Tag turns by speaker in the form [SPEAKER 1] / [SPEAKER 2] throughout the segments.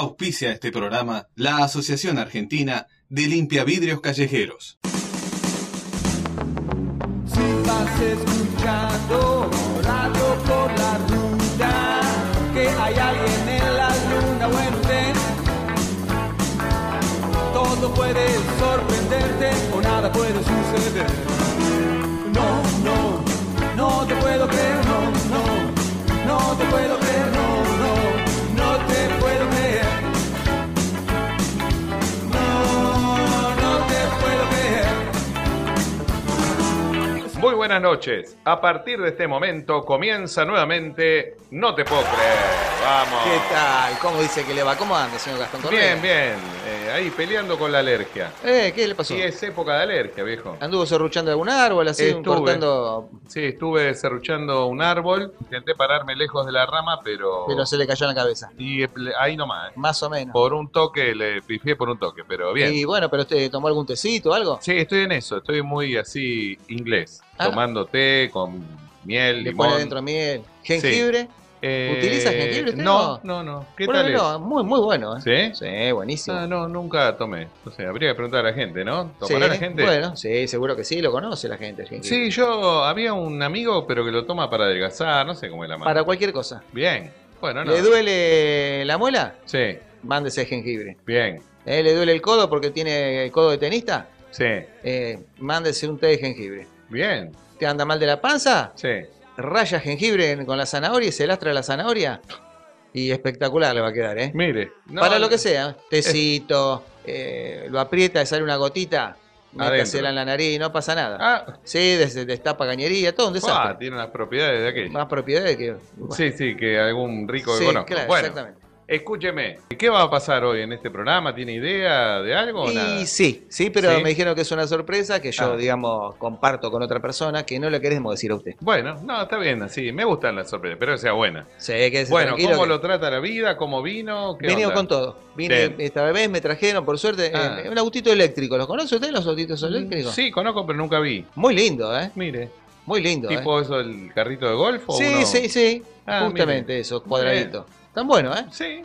[SPEAKER 1] Auspicia este programa la Asociación Argentina de Limpiavidrios Callejeros.
[SPEAKER 2] Si vas escuchando radio por la ruta, que hay alguien en la luna o en un tren. Todo puede sorprenderte o nada puede suceder. No, no, no te puedo creer, no, no, no te puedo creer, no, no, no te puedo creer. No, no te puedo creer.
[SPEAKER 3] Muy buenas noches. A partir de este momento comienza nuevamente No Te Puedo Creer. Vamos.
[SPEAKER 4] ¿Qué tal? ¿Cómo dice que le va? ¿Cómo anda, señor Gastón Correa?
[SPEAKER 3] Bien, bien. Eh, ahí peleando con la alergia.
[SPEAKER 4] Eh, ¿qué le pasó?
[SPEAKER 3] Sí, es época de alergia, viejo.
[SPEAKER 4] ¿Anduvo serruchando algún árbol así,
[SPEAKER 3] Estuve.
[SPEAKER 4] cortando,
[SPEAKER 3] Sí, estuve serruchando un árbol. Intenté pararme lejos de la rama, pero.
[SPEAKER 4] pero se le cayó en la cabeza?
[SPEAKER 3] Y eh, ahí nomás. eh.
[SPEAKER 4] Más o menos.
[SPEAKER 3] Por un toque, le pifié por un toque, pero bien.
[SPEAKER 4] Y bueno, pero usted tomó algún tecito o algo?
[SPEAKER 3] Sí, estoy en eso. Estoy muy así inglés.
[SPEAKER 4] Ah.
[SPEAKER 3] Tomando té con miel,
[SPEAKER 4] le
[SPEAKER 3] limón.
[SPEAKER 4] pone dentro miel. Jengibre.
[SPEAKER 3] Eh,
[SPEAKER 4] ¿Utiliza jengibre usted,
[SPEAKER 3] No, no, no. ¿Qué tal es?
[SPEAKER 4] Pruébelo, muy, muy bueno. ¿eh?
[SPEAKER 3] ¿Sí?
[SPEAKER 4] Sí, buenísimo.
[SPEAKER 3] Ah, no, nunca tomé. O sea, habría que preguntar a la gente, ¿no? ¿Tomará
[SPEAKER 4] Sí,
[SPEAKER 3] la gente?
[SPEAKER 4] Bueno, sí, seguro que sí, lo conoce la gente. el jengibre.
[SPEAKER 3] Sí, yo había un amigo, pero que lo toma para adelgazar, no sé cómo es la mano.
[SPEAKER 4] Para cualquier cosa.
[SPEAKER 3] Bien. Bueno, no.
[SPEAKER 4] ¿Le duele la muela?
[SPEAKER 3] Sí,
[SPEAKER 4] Mándese jengibre.
[SPEAKER 3] bien.
[SPEAKER 4] ¿Eh? ¿Le duele el codo porque tiene el codo de tenista?
[SPEAKER 3] Sí,
[SPEAKER 4] Eh, mándese un té de jengibre.
[SPEAKER 3] bien.
[SPEAKER 4] ¿Te anda mal de la panza?
[SPEAKER 3] Sí.
[SPEAKER 4] raya jengibre en- con la zanahoria y se lastra la zanahoria. Y espectacular le va a quedar, ¿eh?
[SPEAKER 3] Mire. no,
[SPEAKER 4] Para lo que sea, tecito, eh, lo aprieta, sale una gotita, métasela en la nariz, no pasa nada.
[SPEAKER 3] Ah,
[SPEAKER 4] Sí, desde destapa cañería, todo un
[SPEAKER 3] ah,
[SPEAKER 4] desastre.
[SPEAKER 3] tiene unas propiedades de aquello.
[SPEAKER 4] Más propiedades que.
[SPEAKER 3] Sí, sí, que algún rico que
[SPEAKER 4] Sí,
[SPEAKER 3] conozco.
[SPEAKER 4] claro,
[SPEAKER 3] bueno,
[SPEAKER 4] exactamente.
[SPEAKER 3] escúcheme, ¿qué va a pasar hoy en este programa? ¿Tiene idea de algo o nada?
[SPEAKER 4] Y sí, sí, pero
[SPEAKER 3] ¿Sí?
[SPEAKER 4] me dijeron que es una sorpresa que yo,
[SPEAKER 3] Ah.
[SPEAKER 4] digamos, comparto con otra persona que no le queremos decir a usted.
[SPEAKER 3] Bueno, no, está bien, así. Me gustan las sorpresas, pero que sea buena.
[SPEAKER 4] Sé que es
[SPEAKER 3] Bueno,
[SPEAKER 4] tranquilo
[SPEAKER 3] ¿cómo
[SPEAKER 4] que-
[SPEAKER 3] lo trata la vida? ¿Cómo vino? ¿Qué
[SPEAKER 4] Venimos
[SPEAKER 3] onda?
[SPEAKER 4] con todo. Vine
[SPEAKER 3] Bien.
[SPEAKER 4] esta vez, me trajeron, por suerte,
[SPEAKER 3] Ah. Mm,
[SPEAKER 4] eh, un autito eléctrico. ¿Los conoce usted, los autitos eléctricos?
[SPEAKER 3] Sí, conozco, pero nunca vi.
[SPEAKER 4] Muy lindo, ¿eh?
[SPEAKER 3] Mire,
[SPEAKER 4] Muy lindo. ¿eh?
[SPEAKER 3] tipo eso, el carrito de golf o
[SPEAKER 4] Sí,
[SPEAKER 3] uno-
[SPEAKER 4] sí, sí.
[SPEAKER 3] Ah,
[SPEAKER 4] Justamente eso, cuadradito. Tan bueno, ¿eh?
[SPEAKER 3] Sí.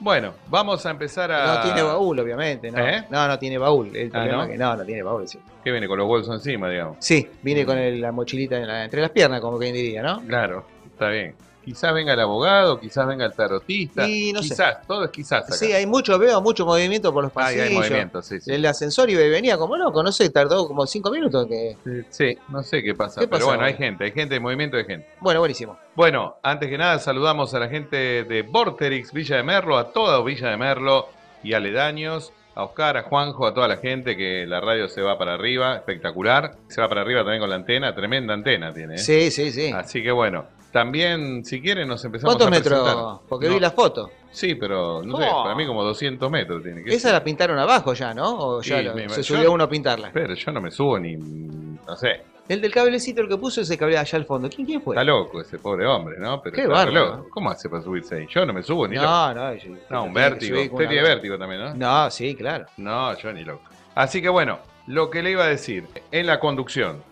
[SPEAKER 3] Bueno, vamos a empezar a.
[SPEAKER 4] No tiene baúl, obviamente. No,
[SPEAKER 3] Ah. ¿Eh?
[SPEAKER 4] no, no tiene baúl. El
[SPEAKER 3] Ah,
[SPEAKER 4] problema
[SPEAKER 3] ¿no?
[SPEAKER 4] es que no, no tiene baúl. Sí,
[SPEAKER 3] Que viene con los bolsos encima, digamos.
[SPEAKER 4] sí vine con el- la mochilita en la- entre las piernas, como quien diría, ¿no?
[SPEAKER 3] Claro, Mm. está bien. Quizás venga el abogado, quizás venga el tarotista.
[SPEAKER 4] Y no sé.
[SPEAKER 3] quizás, todo es quizás. Acá.
[SPEAKER 4] Sí, hay Eh, mucho, veo mucho movimiento por los
[SPEAKER 3] Ah, y
[SPEAKER 4] pasillos.
[SPEAKER 3] hay movimiento, sí, sí.
[SPEAKER 4] El ascensor iba y venía como loco, no sé, tardó como cinco minutos. Que...
[SPEAKER 3] Sí, no sé qué pasa,
[SPEAKER 4] ¿Qué
[SPEAKER 3] pero
[SPEAKER 4] pasa
[SPEAKER 3] bueno,
[SPEAKER 4] ahora?
[SPEAKER 3] hay gente, hay gente, hay movimiento de gente.
[SPEAKER 4] Bueno, buenísimo.
[SPEAKER 3] Bueno, antes que nada saludamos a la gente de Vorterix Villa de Merlo, a toda Villa de Merlo y aledaños, a Oscar, a Juanjo, a toda la gente que la radio se va para arriba, espectacular. Se va para arriba también con la antena, tremenda antena tiene. ¿eh?
[SPEAKER 4] Sí, sí, sí.
[SPEAKER 3] Así que bueno, también si quieren nos empezamos
[SPEAKER 4] ¿Cuántos
[SPEAKER 3] a
[SPEAKER 4] metros?
[SPEAKER 3] presentar.
[SPEAKER 4] Porque
[SPEAKER 3] No,
[SPEAKER 4] vi las fotos.
[SPEAKER 3] Sí, pero no sé,
[SPEAKER 4] Oh.
[SPEAKER 3] para mí como 200 metros tiene que
[SPEAKER 4] Esa la pintaron abajo ya, ¿no? O ya
[SPEAKER 3] Sí,
[SPEAKER 4] lo-
[SPEAKER 3] me imagino.
[SPEAKER 4] se subió uno a pintarla.
[SPEAKER 3] Pero yo no me subo ni... no sé,
[SPEAKER 4] El del cablecito, el que puso ese cable allá al fondo. ¿Quién, quién fue?
[SPEAKER 3] está loco ese pobre hombre, ¿no? Pero
[SPEAKER 4] Qué
[SPEAKER 3] está
[SPEAKER 4] bárbaro.
[SPEAKER 3] loco. ¿Cómo hace para subirse ahí? Yo no me subo ni loco.
[SPEAKER 4] No, no, yo-
[SPEAKER 3] No, un
[SPEAKER 4] tiene que
[SPEAKER 3] vértigo.
[SPEAKER 4] subir con
[SPEAKER 3] Usted
[SPEAKER 4] una-
[SPEAKER 3] tiene vértigo también, ¿no?
[SPEAKER 4] No, sí, claro.
[SPEAKER 3] No, yo ni loco. Así que bueno, lo que le iba a decir, en la conducción,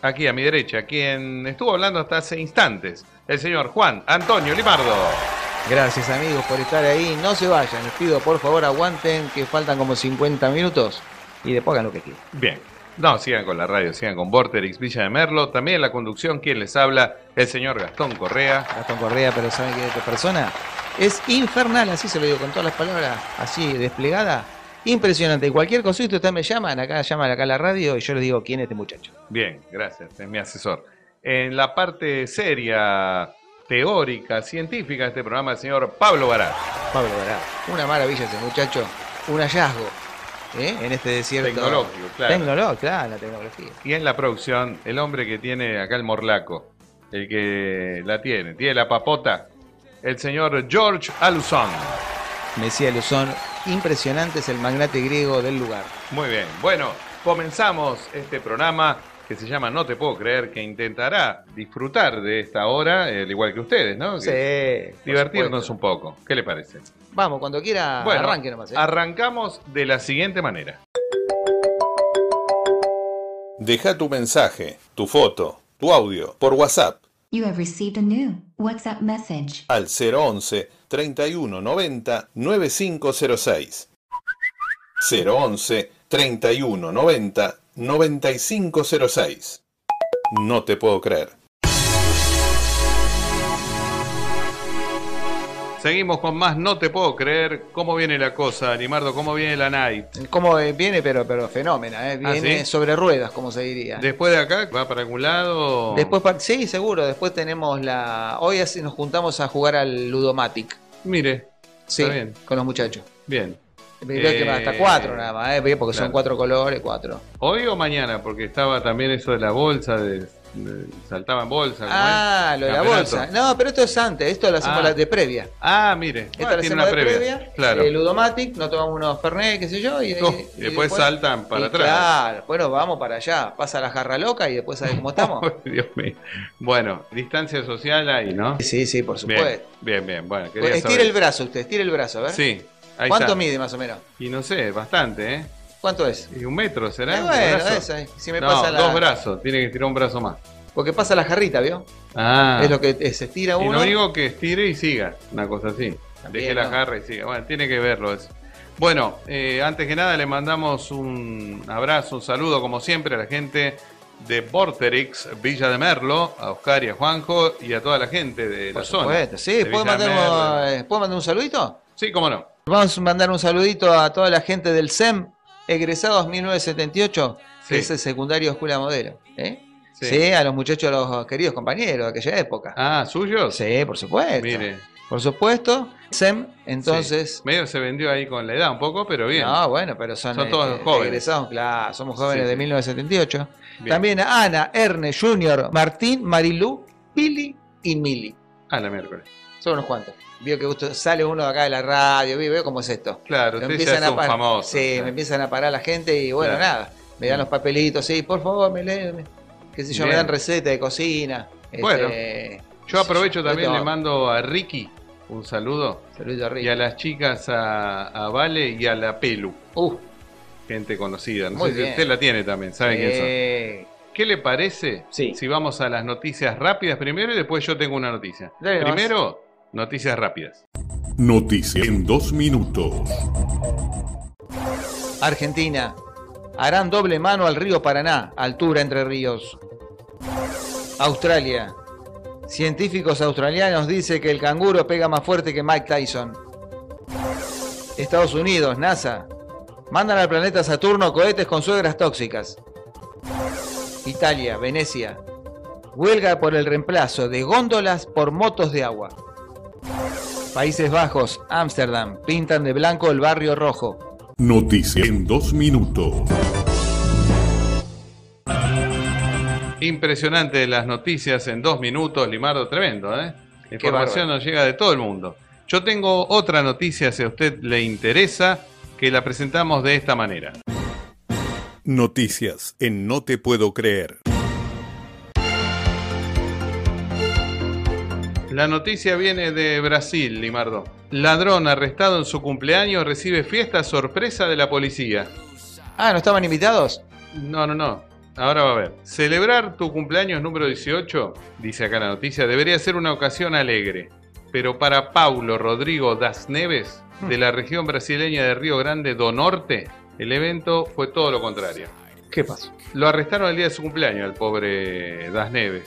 [SPEAKER 3] aquí a mi derecha, quien estuvo hablando hasta hace instantes, el señor Juan Antonio Limardo.
[SPEAKER 4] Gracias amigos por estar ahí. No se vayan, les pido por favor aguanten que faltan como 50 minutos y después hagan lo que quieran.
[SPEAKER 3] Bien. No, sigan con la radio, sigan con Vorterix Villa de Merlo. También en la conducción, quien les habla, el señor Gastón Correa.
[SPEAKER 4] Gastón Correa, pero ¿saben que esta persona? Es infernal, así se lo digo con todas las palabras, así desplegada. Impresionante. Cualquier cosita ustedes me llaman, acá llaman acá a la radio y yo les digo quién es este muchacho.
[SPEAKER 3] Bien, gracias, es mi asesor. En la parte seria, teórica, científica de este programa, el señor Pablo Barat.
[SPEAKER 4] Pablo Bará. Una maravilla ese muchacho, un hallazgo ¿eh? en este desierto.
[SPEAKER 3] Tecnológico, claro.
[SPEAKER 4] Tecnológico, claro, la tecnología.
[SPEAKER 3] Y en la producción, el hombre que tiene acá el morlaco, el que la tiene, tiene la papota, el señor George Aluzón.
[SPEAKER 4] Mesía Luzón, impresionante es el magnate griego del lugar.
[SPEAKER 3] Muy bien, bueno, comenzamos este programa que se llama No te puedo creer, que intentará disfrutar de esta hora, al igual que ustedes, ¿no?
[SPEAKER 4] Sí.
[SPEAKER 3] Que
[SPEAKER 4] por
[SPEAKER 3] Divertirnos
[SPEAKER 4] supuesto.
[SPEAKER 3] un poco, ¿qué le parece?
[SPEAKER 4] Vamos, cuando quiera,
[SPEAKER 3] Bueno,
[SPEAKER 4] arranque nomás. ¿eh?
[SPEAKER 3] Arrancamos de la siguiente manera.
[SPEAKER 1] Deja tu mensaje, tu foto, tu audio por WhatsApp
[SPEAKER 5] You have received a new WhatsApp message.
[SPEAKER 1] al 011 3190 9506. 011 3190 9506. No te puedo creer.
[SPEAKER 3] Seguimos con más No Te Puedo Creer. ¿Cómo viene la cosa, Limardo? ¿Cómo viene la night?
[SPEAKER 4] Como eh, viene, pero, pero fenómena, eh,
[SPEAKER 3] Ah,
[SPEAKER 4] viene
[SPEAKER 3] ¿sí?
[SPEAKER 4] sobre ruedas, como se diría.
[SPEAKER 3] Después de acá, ¿va para algún lado?
[SPEAKER 4] Después, par- sí, seguro, después tenemos la... Hoy hace- nos juntamos a jugar al Ludomatic,
[SPEAKER 3] Mire,
[SPEAKER 4] sí,
[SPEAKER 3] Está bien.
[SPEAKER 4] con los muchachos.
[SPEAKER 3] bien.
[SPEAKER 4] Creo que va hasta
[SPEAKER 3] Eh,
[SPEAKER 4] cuatro nada más, eh, porque
[SPEAKER 3] claro.
[SPEAKER 4] son cuatro colores, cuatro.
[SPEAKER 3] ¿Hoy o mañana? Porque estaba también eso de la bolsa, de, de- saltaba en bolsa. ¿cómo
[SPEAKER 4] Ah,
[SPEAKER 3] es?
[SPEAKER 4] lo de la
[SPEAKER 3] Campeonato.
[SPEAKER 4] bolsa. No, pero esto es antes, esto lo hacemos
[SPEAKER 3] Ah.
[SPEAKER 4] la de previa.
[SPEAKER 3] Ah, mire,
[SPEAKER 4] Esta
[SPEAKER 3] ah, tiene
[SPEAKER 4] la hacemos
[SPEAKER 3] una
[SPEAKER 4] de
[SPEAKER 3] previa.
[SPEAKER 4] previa,
[SPEAKER 3] Claro.
[SPEAKER 4] eh, Ludomatic, nos tomamos unos Fernet, qué sé yo, y,
[SPEAKER 3] Oh,
[SPEAKER 4] y-
[SPEAKER 3] y después saltan para
[SPEAKER 4] y
[SPEAKER 3] atrás.
[SPEAKER 4] Claro, bueno, vamos para allá, pasa la jarra loca y después sabes cómo estamos.
[SPEAKER 3] Dios mío. Bueno, distancia social ahí, ¿no?
[SPEAKER 4] sí, sí, por supuesto.
[SPEAKER 3] Bien, bien, bien. Bueno, quería
[SPEAKER 4] Bueno, Estire
[SPEAKER 3] saber.
[SPEAKER 4] el brazo usted, estire el brazo, a ver.
[SPEAKER 3] Sí, ahí
[SPEAKER 4] ¿Cuánto
[SPEAKER 3] está.
[SPEAKER 4] mide más o menos?
[SPEAKER 3] Y no sé, bastante, ¿eh?
[SPEAKER 4] ¿Cuánto es?
[SPEAKER 3] ¿Y ¿Un metro será?
[SPEAKER 4] Eh,
[SPEAKER 3] ¿Un
[SPEAKER 4] bueno,
[SPEAKER 3] brazo?
[SPEAKER 4] eso, eh, si me
[SPEAKER 3] No,
[SPEAKER 4] pasa la...
[SPEAKER 3] dos brazos, tiene que tirar un brazo más.
[SPEAKER 4] Porque pasa la jarrita, ¿vio?
[SPEAKER 3] Ah,
[SPEAKER 4] Es lo que eh, se estira
[SPEAKER 3] y
[SPEAKER 4] uno.
[SPEAKER 3] lo único que estire y siga, una cosa así.
[SPEAKER 4] También,
[SPEAKER 3] Deje la
[SPEAKER 4] ¿no?
[SPEAKER 3] jarra y siga. Bueno, tiene que verlo eso. Bueno, eh, antes que nada le mandamos un abrazo, un saludo como siempre a la gente de Vorterix, Villa de Merlo, a Oscar y a Juanjo y a toda la gente de
[SPEAKER 4] por
[SPEAKER 3] la zona.
[SPEAKER 4] supuesto, sí,
[SPEAKER 3] de
[SPEAKER 4] ¿puedo
[SPEAKER 3] Villa
[SPEAKER 4] mandar,
[SPEAKER 3] Merlo.
[SPEAKER 4] un- eh, ¿puedo mandar un saludito?
[SPEAKER 3] Sí, cómo no.
[SPEAKER 4] Vamos a mandar un saludito a toda la gente del SEM, egresados 1978,
[SPEAKER 3] Sí.
[SPEAKER 4] que es el secundario Escuela Modelo. ¿eh?
[SPEAKER 3] Sí.
[SPEAKER 4] Sí. a los muchachos, a los queridos compañeros de aquella época.
[SPEAKER 3] Ah, ¿suyos?
[SPEAKER 4] Sí, por supuesto.
[SPEAKER 3] Mire.
[SPEAKER 4] Por supuesto, SEM, entonces...
[SPEAKER 3] Sí. Medio se vendió ahí con la edad un poco, pero bien.
[SPEAKER 4] No, bueno, pero son,
[SPEAKER 3] Son todos
[SPEAKER 4] este,
[SPEAKER 3] jóvenes.
[SPEAKER 4] egresados, claro, somos jóvenes
[SPEAKER 3] Sí,
[SPEAKER 4] de
[SPEAKER 3] sí.
[SPEAKER 4] 1978.
[SPEAKER 3] Bien.
[SPEAKER 4] También a Ana, Erne, Junior, Martín, Marilú, Pili y Mili.
[SPEAKER 3] Ah, la miércoles.
[SPEAKER 4] Son unos cuantos. Vio que justo sale uno de acá de la radio, vi- veo cómo es esto.
[SPEAKER 3] Claro,
[SPEAKER 4] Me
[SPEAKER 3] usted ya es un
[SPEAKER 4] parar-
[SPEAKER 3] famoso.
[SPEAKER 4] Sí, me empiezan a parar la gente y bueno,
[SPEAKER 3] Claro.
[SPEAKER 4] nada. Me dan los papelitos, sí, por favor, me leen. Qué sé yo, me
[SPEAKER 3] Bien.
[SPEAKER 4] dan recetas de cocina. este,
[SPEAKER 3] Bueno. Yo aprovecho
[SPEAKER 4] sí,
[SPEAKER 3] también,
[SPEAKER 4] de
[SPEAKER 3] le
[SPEAKER 4] todo.
[SPEAKER 3] mando a Ricky un saludo.
[SPEAKER 4] Saludos a
[SPEAKER 3] Y
[SPEAKER 4] Ricky.
[SPEAKER 3] a las chicas, a, a Vale y a la Pelu,
[SPEAKER 4] Uh,
[SPEAKER 3] gente conocida. No
[SPEAKER 4] Muy
[SPEAKER 3] sé si
[SPEAKER 4] bien.
[SPEAKER 3] usted la tiene también, sabe quién
[SPEAKER 4] eh,
[SPEAKER 3] son. ¿Qué le parece
[SPEAKER 4] Sí.
[SPEAKER 3] si vamos a las noticias rápidas primero y después yo tengo una noticia?
[SPEAKER 4] Dale, nomás.
[SPEAKER 3] primero, noticias rápidas.
[SPEAKER 6] Noticia en dos minutos.
[SPEAKER 4] Argentina. Harán doble mano al río Paraná, altura entre ríos. Australia. Científicos australianos dicen que el canguro pega más fuerte que Mike Tyson. Estados Unidos, NASA. Mandan al planeta Saturno cohetes con suegras tóxicas. Italia, Venecia. Huelga por el reemplazo de góndolas por motos de agua. Países Bajos, Ámsterdam. Pintan de blanco el barrio rojo.
[SPEAKER 6] Noticia en dos minutos.
[SPEAKER 3] Impresionante las noticias en dos minutos, Limardo, tremendo, ¿eh? Información nos llega de todo el mundo. Yo tengo otra noticia, si a usted le interesa, que la presentamos de esta manera.
[SPEAKER 6] Noticias en No Te Puedo Creer.
[SPEAKER 3] La noticia viene de Brasil, Limardo. Ladrón arrestado en su cumpleaños recibe fiesta sorpresa de la policía.
[SPEAKER 4] Ah, ¿no estaban invitados?
[SPEAKER 3] No, no, no. Ahora va a ver. Celebrar tu cumpleaños número 18, dice acá la noticia, debería ser una ocasión alegre. Pero para Paulo Rodrigo das Neves, de la región brasileña de Río Grande do Norte, el evento fue todo lo contrario.
[SPEAKER 4] ¿Qué pasó?
[SPEAKER 3] Lo arrestaron el día de su cumpleaños, al pobre Das Neves.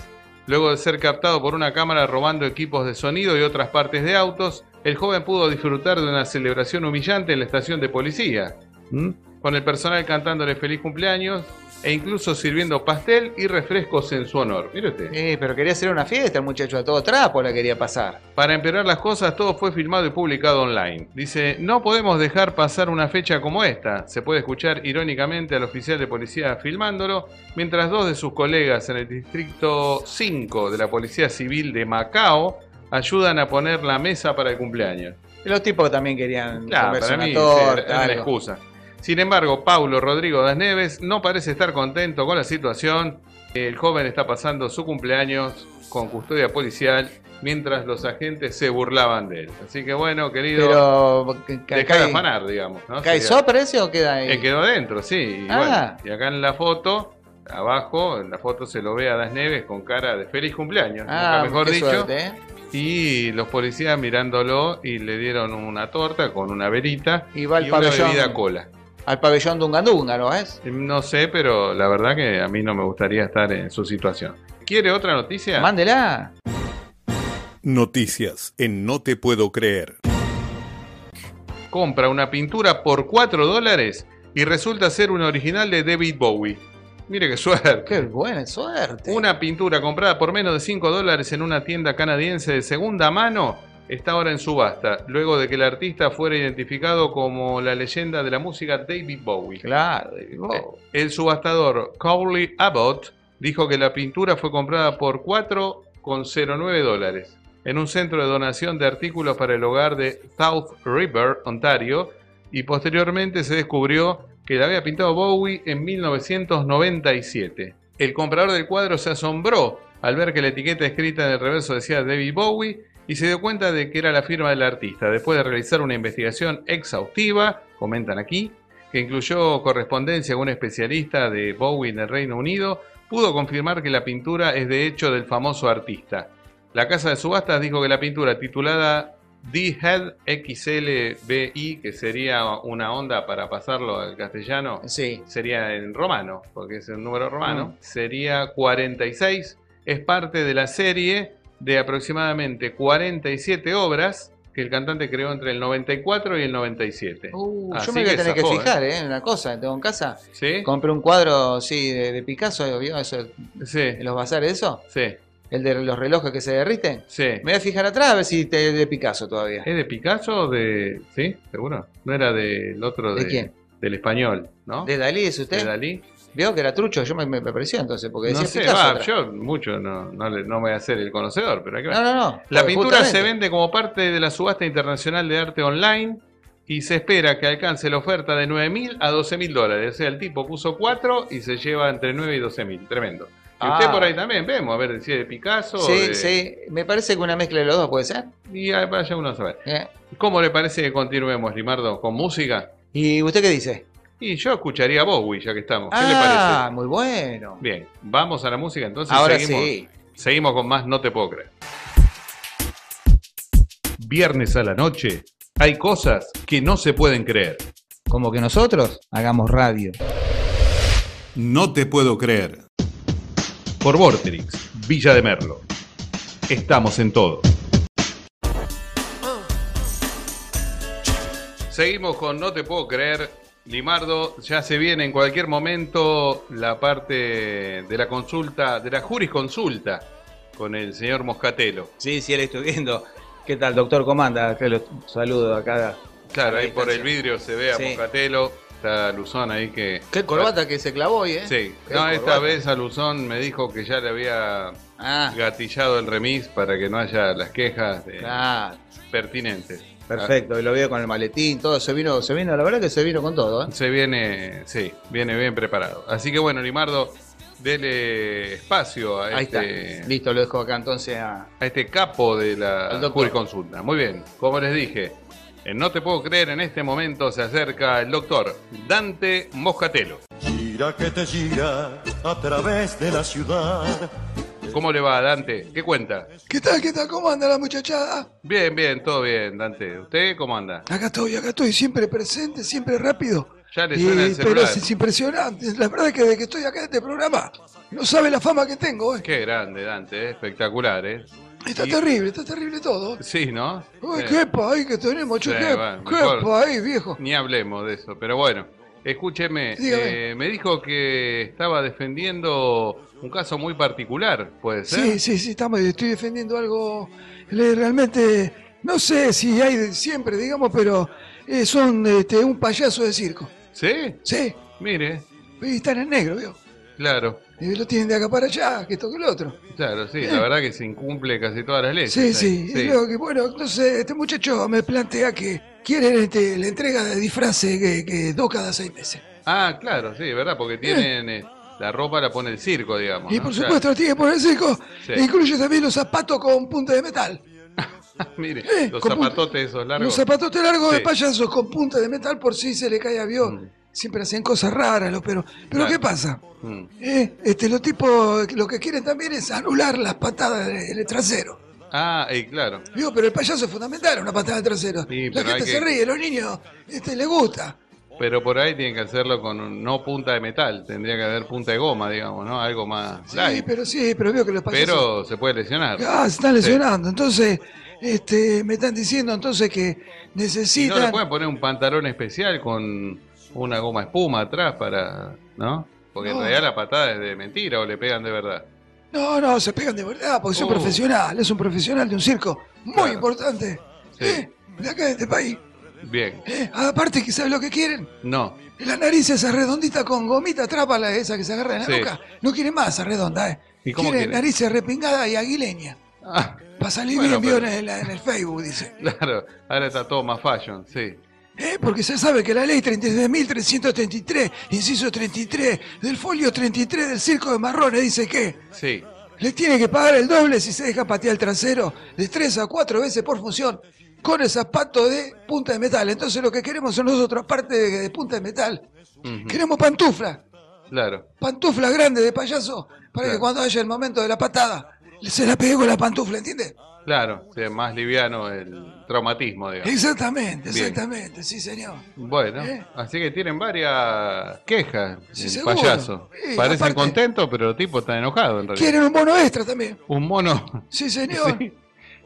[SPEAKER 3] Luego de ser captado por una cámara robando equipos de sonido y otras partes de autos, el joven pudo disfrutar de una celebración humillante en la estación de policía, ¿m? con el personal cantándole feliz cumpleaños e incluso sirviendo pastel y refrescos en su honor. Mire usted.
[SPEAKER 4] Eh, pero quería hacer una fiesta, el muchacho a todo trapo la quería pasar.
[SPEAKER 3] Para empeorar las cosas, todo fue filmado y publicado online. Dice, no podemos dejar pasar una fecha como esta. Se puede escuchar irónicamente al oficial de policía filmándolo, mientras dos de sus colegas en el distrito 5 de la Policía Civil de Macao ayudan a poner la mesa para el cumpleaños.
[SPEAKER 4] Los tipos también querían
[SPEAKER 3] Claro,
[SPEAKER 4] comerse
[SPEAKER 3] para
[SPEAKER 4] una
[SPEAKER 3] mí sí,
[SPEAKER 4] torta,
[SPEAKER 3] era una
[SPEAKER 4] algo.
[SPEAKER 3] excusa. Sin embargo, Paulo Rodrigo das Neves no parece estar contento con la situación. El joven está pasando su cumpleaños con custodia policial mientras los agentes se burlaban de él. Así que bueno, querido,
[SPEAKER 4] Pero ca- ca-
[SPEAKER 3] dejar de
[SPEAKER 4] cae,
[SPEAKER 3] afanar, digamos. ¿no? Eh,
[SPEAKER 4] ¿cae
[SPEAKER 3] Sería-
[SPEAKER 4] sopra ese o queda ahí?
[SPEAKER 3] Él quedó adentro, sí. Y,
[SPEAKER 4] Ah.
[SPEAKER 3] bueno, y acá en la foto, abajo, en la foto se lo ve a Das Neves con cara de feliz cumpleaños.
[SPEAKER 4] ah,
[SPEAKER 3] nunca mejor
[SPEAKER 4] qué
[SPEAKER 3] dicho.
[SPEAKER 4] suerte, ¿eh?
[SPEAKER 3] Y los policías mirándolo y le dieron una torta con una verita
[SPEAKER 4] Y va al
[SPEAKER 3] una
[SPEAKER 4] pabellón.
[SPEAKER 3] bebida cola.
[SPEAKER 4] Al pabellón Dungandunga, ¿no es?
[SPEAKER 3] No sé, pero la verdad que a mí no me gustaría estar en su situación. ¿Quiere otra noticia?
[SPEAKER 4] Mándela.
[SPEAKER 6] Noticias en No Te Puedo Creer.
[SPEAKER 3] Compra una pintura por 4 dólares y resulta ser un original de David Bowie. Mire qué suerte.
[SPEAKER 4] Qué buena suerte.
[SPEAKER 3] Una pintura comprada por menos de 5 dólares en una tienda canadiense de segunda mano está ahora en subasta, luego de que el artista fuera identificado como la leyenda de la música David Bowie.
[SPEAKER 4] Claro. digo.
[SPEAKER 3] Eh, El subastador Cowley Abbott dijo que la pintura fue comprada por 4,09 dólares en un centro de donación de artículos para el hogar de South River, Ontario, y posteriormente se descubrió que la había pintado Bowie en 1997. El comprador del cuadro se asombró al ver que la etiqueta escrita en el reverso decía David Bowie y se dio cuenta de que era la firma del artista. Después de realizar una investigación exhaustiva, comentan aquí, que incluyó correspondencia a un especialista de Bowie en el Reino Unido, pudo confirmar que la pintura es de hecho del famoso artista. La casa de subastas dijo que la pintura titulada D-Head XLBI, que sería una onda para pasarlo al castellano,
[SPEAKER 4] Sí.
[SPEAKER 3] sería en romano, porque es el número
[SPEAKER 4] Mm.
[SPEAKER 3] romano, sería 46, es parte de la serie de aproximadamente 47 obras que el cantante creó entre el 94 y el 97.
[SPEAKER 4] Uh,
[SPEAKER 3] Así
[SPEAKER 4] yo me voy a
[SPEAKER 3] que
[SPEAKER 4] tener que
[SPEAKER 3] zafó,
[SPEAKER 4] fijar, ¿eh? En una cosa, tengo en casa.
[SPEAKER 3] ¿Sí?
[SPEAKER 4] Compré un cuadro, sí, de, de Picasso, ¿vio? Eso,
[SPEAKER 3] Sí,
[SPEAKER 4] en los bazares, eso.
[SPEAKER 3] sí,
[SPEAKER 4] El de los relojes que se derriten.
[SPEAKER 3] sí.
[SPEAKER 4] Me voy a fijar atrás a ver si te de Picasso todavía.
[SPEAKER 3] ¿Es de Picasso o de...? ¿Sí? ¿Seguro? No era del otro de...
[SPEAKER 4] ¿De quién?
[SPEAKER 3] Del español, ¿no?
[SPEAKER 4] ¿De Dalí es usted?
[SPEAKER 3] ¿De Dalí?
[SPEAKER 4] Vio que era trucho, yo me, me pareció entonces, porque
[SPEAKER 3] No
[SPEAKER 4] decía
[SPEAKER 3] sé,
[SPEAKER 4] Picasso.
[SPEAKER 3] va,
[SPEAKER 4] atrás.
[SPEAKER 3] yo mucho no, no, le- no me voy a hacer el conocedor, pero hay que ver.
[SPEAKER 4] No, no, no.
[SPEAKER 3] La
[SPEAKER 4] Pues,
[SPEAKER 3] pintura se
[SPEAKER 4] justamente.
[SPEAKER 3] vende como parte de la subasta internacional de arte online y se espera que alcance la oferta de 9 mil a 12 mil dólares. O sea, el tipo puso 4 y se lleva entre 9 y 12 mil. Tremendo. Y
[SPEAKER 4] Ah.
[SPEAKER 3] usted por ahí también, vemos, a ver si es de Picasso. o
[SPEAKER 4] Sí,
[SPEAKER 3] de-
[SPEAKER 4] sí. Me parece que una mezcla de los dos puede ser.
[SPEAKER 3] Y ahí vaya uno a saber.
[SPEAKER 4] ¿eh?
[SPEAKER 3] ¿Cómo le parece que continuemos, Limardo, con música?
[SPEAKER 4] ¿Y usted qué dice?
[SPEAKER 3] Y yo escucharía a Bowie, ya que estamos. ¿Qué
[SPEAKER 4] ah,
[SPEAKER 3] le parece?
[SPEAKER 4] muy bueno.
[SPEAKER 3] Bien, vamos a la música entonces.
[SPEAKER 4] Ahora
[SPEAKER 3] seguimos,
[SPEAKER 4] sí.
[SPEAKER 3] Seguimos con más No Te Puedo Creer. Viernes a la noche, hay cosas que no se pueden creer.
[SPEAKER 4] Como que nosotros hagamos radio.
[SPEAKER 6] No te puedo creer.
[SPEAKER 3] Por Vorterix, Villa de Merlo. Estamos en todo. Seguimos con No Te Puedo Creer. Limardo, ya se viene en cualquier momento la parte de la consulta, de la jurisconsulta con el señor Moscatelo.
[SPEAKER 5] Sí, sí, él estoy viendo. ¿Qué tal, doctor? ¿Cómo anda? Que los saludo acá.
[SPEAKER 3] Claro, ahí
[SPEAKER 5] Ahí
[SPEAKER 3] por
[SPEAKER 5] está,
[SPEAKER 3] el
[SPEAKER 5] sí.
[SPEAKER 3] vidrio se ve a
[SPEAKER 5] Sí.
[SPEAKER 3] Moscatelo. Está Luzón ahí que.
[SPEAKER 4] Qué corbata que se clavó hoy, ¿eh?
[SPEAKER 3] Sí.
[SPEAKER 4] Qué
[SPEAKER 3] No, esta
[SPEAKER 4] corbata.
[SPEAKER 3] vez a Luzón me dijo que ya le había
[SPEAKER 4] Ah,
[SPEAKER 3] gatillado el remis para que no haya las quejas de-
[SPEAKER 4] claro.
[SPEAKER 3] pertinentes. Ah.
[SPEAKER 4] Perfecto, y lo veo con el maletín, todo. Se vino, se vino, la verdad que se vino con todo, ¿eh?
[SPEAKER 3] Ah, Se viene, sí, viene bien preparado. Así que bueno, Limardo, dele espacio a
[SPEAKER 4] Ahí
[SPEAKER 3] este,
[SPEAKER 4] está. Listo, lo dejo acá entonces a.
[SPEAKER 3] a este capo de la
[SPEAKER 4] Al doctor.
[SPEAKER 3] jurisconsulta. Muy bien, como les dije, en No Te Puedo Creer, en este momento se acerca el doctor Dante Moscatelo.
[SPEAKER 7] Gira que te gira a través de la ciudad.
[SPEAKER 3] ¿Cómo le va, Dante? ¿Qué cuenta?
[SPEAKER 8] ¿Qué tal, qué tal? ¿Cómo anda la muchachada?
[SPEAKER 3] Bien, bien, todo bien, Dante. ¿Usted cómo anda?
[SPEAKER 8] Acá estoy, acá estoy, siempre presente, siempre rápido. Eh,
[SPEAKER 3] Ya le suena el
[SPEAKER 8] pero
[SPEAKER 3] celular.
[SPEAKER 8] es, es impresionante. La verdad es que desde que estoy acá en este programa, no sabe la fama que tengo. ¿eh?
[SPEAKER 3] Qué grande, Dante, eh, espectacular, ¿eh?
[SPEAKER 8] Está
[SPEAKER 3] Y-
[SPEAKER 8] terrible, está terrible todo.
[SPEAKER 3] Sí, ¿no?
[SPEAKER 8] Uy,
[SPEAKER 3] Eh.
[SPEAKER 8] qué país que tenemos, che,
[SPEAKER 3] Sí,
[SPEAKER 8] qué,
[SPEAKER 3] bueno,
[SPEAKER 8] qué
[SPEAKER 3] mejor.
[SPEAKER 8] país, viejo.
[SPEAKER 3] Ni hablemos de eso, pero bueno. Escúcheme,
[SPEAKER 8] Dígame.
[SPEAKER 3] eh, me dijo que estaba defendiendo un caso muy particular, ¿puede ser?
[SPEAKER 8] Sí, sí, sí, estamos, estoy defendiendo algo. le- Realmente, no sé si hay de siempre, digamos, pero eh, son este, un payaso de circo.
[SPEAKER 3] ¿Sí?
[SPEAKER 8] Sí,
[SPEAKER 3] Mire,
[SPEAKER 8] y están en negro, viejo.
[SPEAKER 3] claro,
[SPEAKER 8] Y lo tienen de acá para allá, que esto que el otro.
[SPEAKER 3] claro, sí, la verdad que se incumple casi todas las leyes.
[SPEAKER 8] Eh. Sí,
[SPEAKER 3] ahí.
[SPEAKER 8] sí. es lo que, bueno, entonces este muchacho me plantea que quiere este, la entrega de disfraces que, que dos cada seis meses.
[SPEAKER 3] Ah, claro, sí, ¿verdad? Porque tienen... eh, la ropa la pone el circo, digamos.
[SPEAKER 8] y
[SPEAKER 3] ¿no?
[SPEAKER 8] por
[SPEAKER 3] Claro.
[SPEAKER 8] supuesto, tiene que poner seco. E
[SPEAKER 3] Sí.
[SPEAKER 8] Incluye también los zapatos con punta de metal.
[SPEAKER 3] Mire,
[SPEAKER 8] Eh,
[SPEAKER 3] los
[SPEAKER 8] con punta-
[SPEAKER 3] zapatotes esos largos.
[SPEAKER 8] Los zapatotes largos de
[SPEAKER 3] Sí.
[SPEAKER 8] payasos con punta de metal por si se le cae a Dios.
[SPEAKER 3] Mm.
[SPEAKER 8] Siempre hacen cosas raras los perros. Pero
[SPEAKER 3] Claro.
[SPEAKER 8] ¿qué pasa?
[SPEAKER 3] Mm.
[SPEAKER 8] Eh, este, los tipos lo que quieren también es anular las patadas en el trasero.
[SPEAKER 3] Ah, eh, claro.
[SPEAKER 8] Digo, pero el payaso es fundamental, una patada de trasero.
[SPEAKER 3] Sí,
[SPEAKER 8] la
[SPEAKER 3] pero hay que-
[SPEAKER 8] gente se ríe, los niños este, les gusta.
[SPEAKER 3] Pero por ahí tienen que hacerlo con un- no punta de metal, tendría que haber punta de goma, digamos, ¿no? Algo más
[SPEAKER 8] Sí,
[SPEAKER 3] light. Pero,
[SPEAKER 8] pero sí, pero veo que los payasos.
[SPEAKER 3] se puede lesionar.
[SPEAKER 8] Ah, se están lesionando. Entonces, este, me están diciendo entonces que
[SPEAKER 3] Y no
[SPEAKER 8] necesitan.
[SPEAKER 3] le pueden poner un pantalón especial con una goma espuma atrás para, ¿no? Porque en
[SPEAKER 8] No.
[SPEAKER 3] realidad la patada es de mentira o le pegan de verdad.
[SPEAKER 8] No, no, se pegan de verdad, porque son
[SPEAKER 3] Uh.
[SPEAKER 8] profesional, es un profesional de un circo muy
[SPEAKER 3] Claro.
[SPEAKER 8] importante.
[SPEAKER 3] Sí.
[SPEAKER 8] ¿eh? De acá de este país.
[SPEAKER 3] Bien.
[SPEAKER 8] ¿eh? Aparte, que ¿sabes lo que quieren?
[SPEAKER 3] No.
[SPEAKER 8] La nariz esa redondita con gomita, trápala esa que se agarra en la
[SPEAKER 3] Sí.
[SPEAKER 8] boca. No quieren más esa redonda, ¿eh?
[SPEAKER 3] ¿Y cómo
[SPEAKER 8] quieren
[SPEAKER 3] quieren?
[SPEAKER 8] narices repingadas y aguileña.
[SPEAKER 3] Ah,
[SPEAKER 8] Para salir
[SPEAKER 3] Bueno,
[SPEAKER 8] bien vio
[SPEAKER 3] pero-
[SPEAKER 8] en, la- en el Facebook, dice.
[SPEAKER 3] claro. Ahora está todo más fashion, sí.
[SPEAKER 8] ¿Eh? Porque se sabe que la ley 33.333, inciso 33, del folio 33 del Circo de Marrones, dice que
[SPEAKER 3] Sí.
[SPEAKER 8] le tiene que pagar el doble si se deja patear el trasero de tres a cuatro veces por función con el zapato de punta de metal. Entonces lo que queremos son nosotros, aparte de, de punta de metal,
[SPEAKER 3] Ujú.
[SPEAKER 8] queremos pantufla,
[SPEAKER 3] Claro.
[SPEAKER 8] pantufla grande de payaso, para
[SPEAKER 3] Claro.
[SPEAKER 8] que cuando haya el momento de la patada, se la pegue con la pantufla, ¿entiendes?
[SPEAKER 3] Claro. Sí, más liviano el traumatismo, digamos.
[SPEAKER 8] Exactamente,
[SPEAKER 3] Bien.
[SPEAKER 8] exactamente, sí señor.
[SPEAKER 3] Bueno,
[SPEAKER 8] ¿Eh?
[SPEAKER 3] así que tienen varias quejas
[SPEAKER 8] Sí,
[SPEAKER 3] el
[SPEAKER 8] seguro.
[SPEAKER 3] payaso.
[SPEAKER 8] Sí,
[SPEAKER 3] Parecen
[SPEAKER 8] aparte-
[SPEAKER 3] contentos, pero el tipo está enojado en realidad.
[SPEAKER 8] Quieren un bono extra también.
[SPEAKER 3] Un mono.
[SPEAKER 8] Sí, señor.
[SPEAKER 3] Sí.